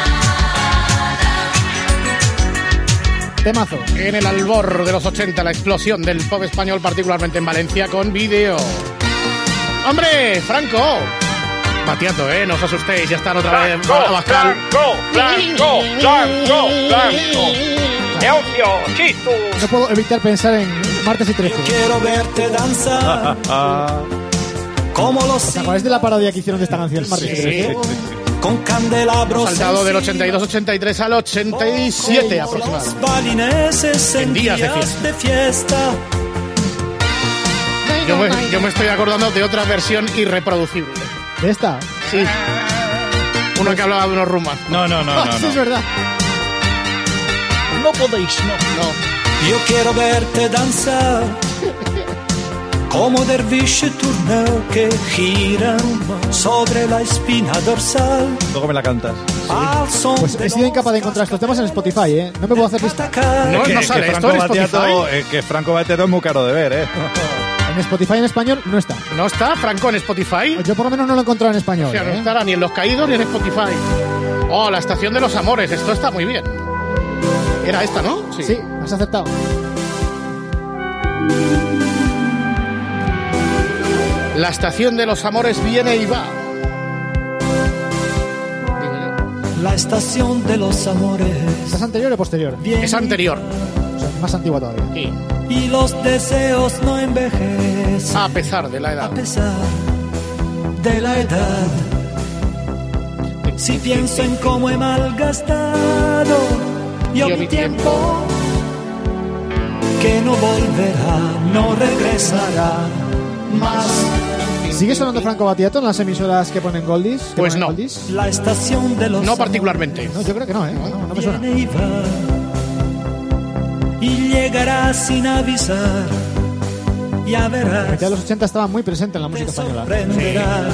S8: Temazo.
S5: En el albor de los 80, la explosión del pop español, particularmente en Valencia, con vídeo. ¡Hombre, Franco! Pateando, ¿eh? No os asustéis, ya están otra vez. Abascal.
S6: Blanco, blanco, blanco, blanco. Te odio, chisto.
S8: No puedo evitar pensar en martes y 13.
S23: Quiero verte danzar como los
S8: ¿Te acuerdas de la parodia que hicieron de esta canción, martes y 13?
S23: con
S5: Hemos
S23: candelabros.
S5: saltado del 82-83 al 87 aproximadamente.
S23: Balineses en
S5: días
S23: días
S5: de
S23: de fiesta.
S5: Yo me, yo me estoy acordando de otra versión irreproducible.
S8: ¿De esta?
S5: Sí. Uno que hablaba de unos rumas.
S7: No, no, no,
S8: Ah, sí, es verdad.
S7: No podéis, no.
S23: Io quiero verte danzar como derviche tourneo que giran sobre la espina dorsal.
S7: Luego me la cantas.
S23: Al son
S8: Pues he sido incapaz de encontrar estos temas en Spotify, ¿eh? No me puedo hacer lista.
S7: Que- que Franco Battiato- eh, que Franco Bateato es muy caro de ver, ¿eh?
S8: En Spotify en español no está.
S5: ¿No está Franco en Spotify?
S8: Yo por lo menos no lo he encontrado en español.
S5: O sea, no
S8: ¿eh?
S5: estará ni en Los Caídos ni en Spotify. Oh, la estación de los amores. Esto está muy bien. Era esta, ¿no?
S8: Sí, has aceptado.
S5: La estación de los amores viene y va.
S23: La estación de los amores
S8: ¿Estás anterior o posterior?
S5: Es anterior.
S8: O sea, más antigua todavía.
S23: y los deseos no envejecen
S5: A pesar de la edad.
S23: a pesar de la edad. Si pienso en cómo he malgastado yo mi tiempo que no volverá, no regresará más.
S8: ¿Sigue sonando Franco Batiato en las emisoras que ponen Goldies? que
S5: Pues
S8: ponen
S5: no.
S8: Goldies?
S23: La estación de los
S5: No particularmente.
S8: No, yo creo que no, ¿eh? No, no me suena.
S23: Viene y va, y llegará sin avisar. Ya verás.
S8: La de los 80 estaba muy presente en la música española.
S23: sorprenderá.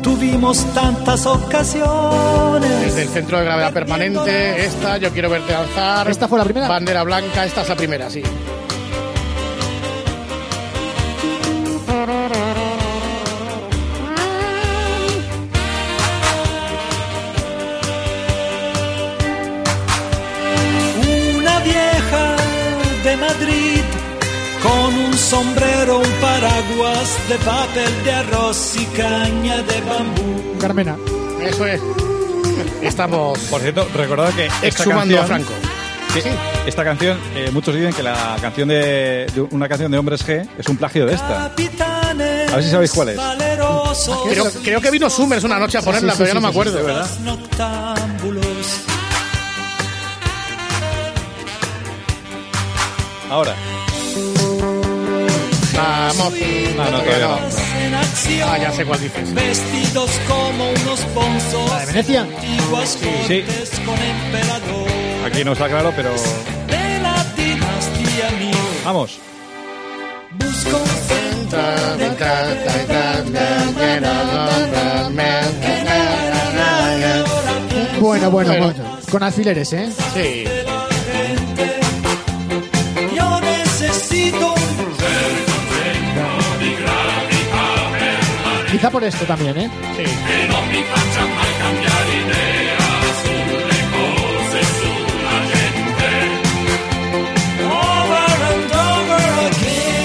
S23: Tuvimos tantas ocasiones.
S5: Desde el centro de gravedad permanente, esta, yo quiero verte danzar.
S8: ¿Esta fue la primera?
S5: Bandera blanca, esta es la primera, sí.
S23: Una vieja de Madrid con un sombrero, un paraguas de papel de arroz y caña de bambú.
S8: Carmena.
S5: Eso es. Estamos.
S7: Por cierto, recordad que esta
S5: Exhumando
S7: canción,
S5: a Franco.
S7: que Esta canción, eh, muchos dicen que la canción de, de una canción de Hombres G es un plagio de esta.
S23: Capitanes
S7: A ver si sabéis cuál es.
S23: valerosos.
S5: Ah, Creo, creo que vino Summers una noche a ponerla,
S23: Sí, sí,
S5: pero
S23: sí,
S5: ya no
S23: sí,
S5: me acuerdo.
S23: sí, sí, sí. Noctámbulos.
S7: Ahora.
S5: Vamos.
S7: No, no, todavía no.
S23: en acción,
S5: Ah, ya sé cuál dices.
S23: Vestidos como unos bonzos.
S8: ¿La de Venecia?
S23: Antiguas
S7: Sí.
S23: cortes con emperador
S7: Aquí no está claro, pero
S23: de la dinastía mía.
S7: vamos.
S23: Busco un centro de
S8: Bueno, bueno,
S5: Bueno.
S8: bueno. Con alfileres, ¿eh?
S5: Sí.
S8: Quizá por esto también, ¿eh?
S5: Sí.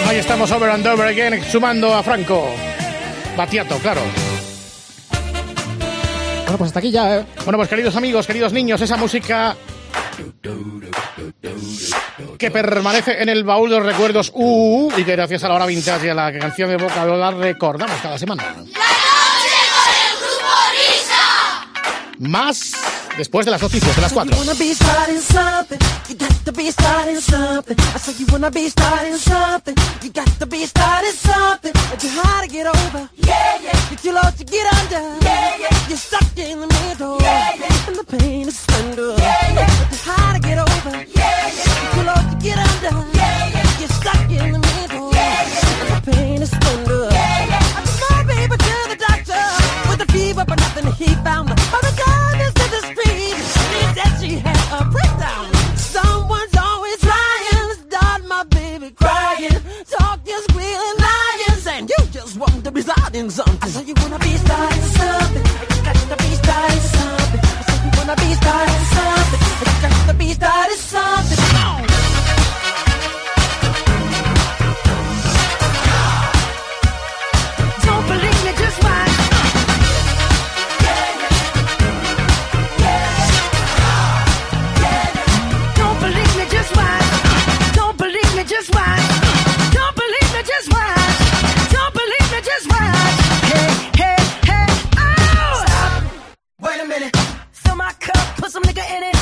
S5: Ahí estamos over and over again sumando a Franco. Batiato, claro.
S8: Bueno, pues hasta aquí ya, ¿eh?
S5: Bueno, pues queridos amigos, queridos niños, esa música que permanece en el baúl de los recuerdos uh, y que gracias a la hora vintage y a la canción de Boca la recordamos cada semana. Más después de las noticias de las 4.
S1: wanna be starting something. You got to be starting something. I said you wanna be starting something. You got to be starting something. It's too hard to get over. Yeah, yeah. It's too low to get under. Yeah, yeah. You're stuck in the middle. Yeah, yeah. And the pain is thunder. Yeah, yeah. It's too hard to get over. Yeah, yeah. It's too low to get under. Yeah, yeah. You're stuck in the middle. Yeah, yeah. And the pain is thunder. Yeah, yeah. I took my baby to the doctor with a fever, but nothing he found. By the time it's in the street, she said she had a breakdown. Someone's always lying, it's not my baby crying, talking, squealing, lying, saying you just want to be starting something. I said you wanna be starting something, you got to be starting something. I said you wanna be starting something, you got to be starting something. Come on. Don't believe me, just watch. Don't believe me, just watch. Don't believe me, just watch. Don't believe me, just watch. Don't believe me, just watch. Hey, hey, hey, oh! Stop. Wait a minute. Fill my cup, put some nigga in it.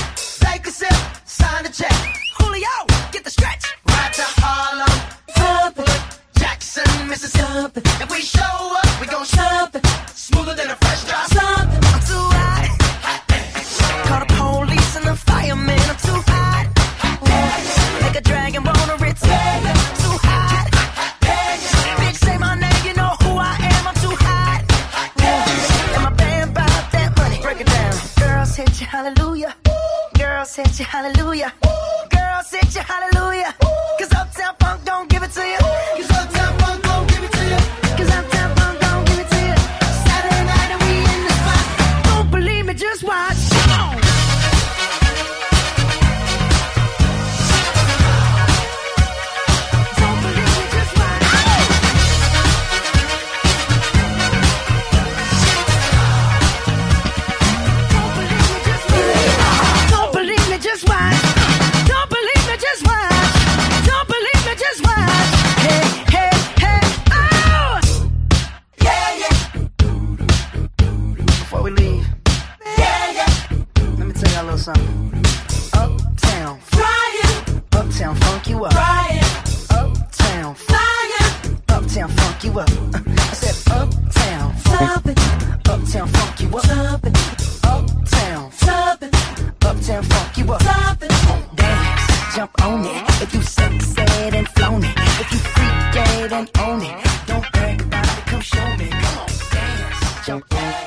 S1: Take a sip, sign the check. Julio, get the stretch. Right to Harlem. Something. Jackson, Mississippi. Something. If we show up, we gon' something. Smoother than a fresh drop. Something. I'm too hot. Call the police and the firemen. I'm too hot. Like a dragon bone or it's too hot. Bitch, say my name, you know who I am. I'm too hot. And my band bought that money. Break it down. Girls hit you, hallelujah. Girls hit you, hallelujah. Girls hit you, hallelujah. Cause Uptown Funk don't give it to you. Cause Uptown Funk don't give it to you. Cause Uptown Funk don't give it to you. Saturday night and we in the spot. Don't believe me, just watch. Come on. Don't believe me, just watch. Don't believe me, just watch. Don't believe me, just watch. Hey, hey, hey, oh! Yeah, yeah. Before we leave, yeah, yeah. Let me tell y'all a little something. Uptown, flying. Uptown, funk you up. Flying. Uptown, flying. Uptown, funk you up. I said uptown, flying. Uptown, funk you up. Uptown, flying. Uptown funk you up. Dance, jump on it. If you sexed and flown it, if you freak dead and own it, don't brag about it. Come show me. Come on, dance, jump on it.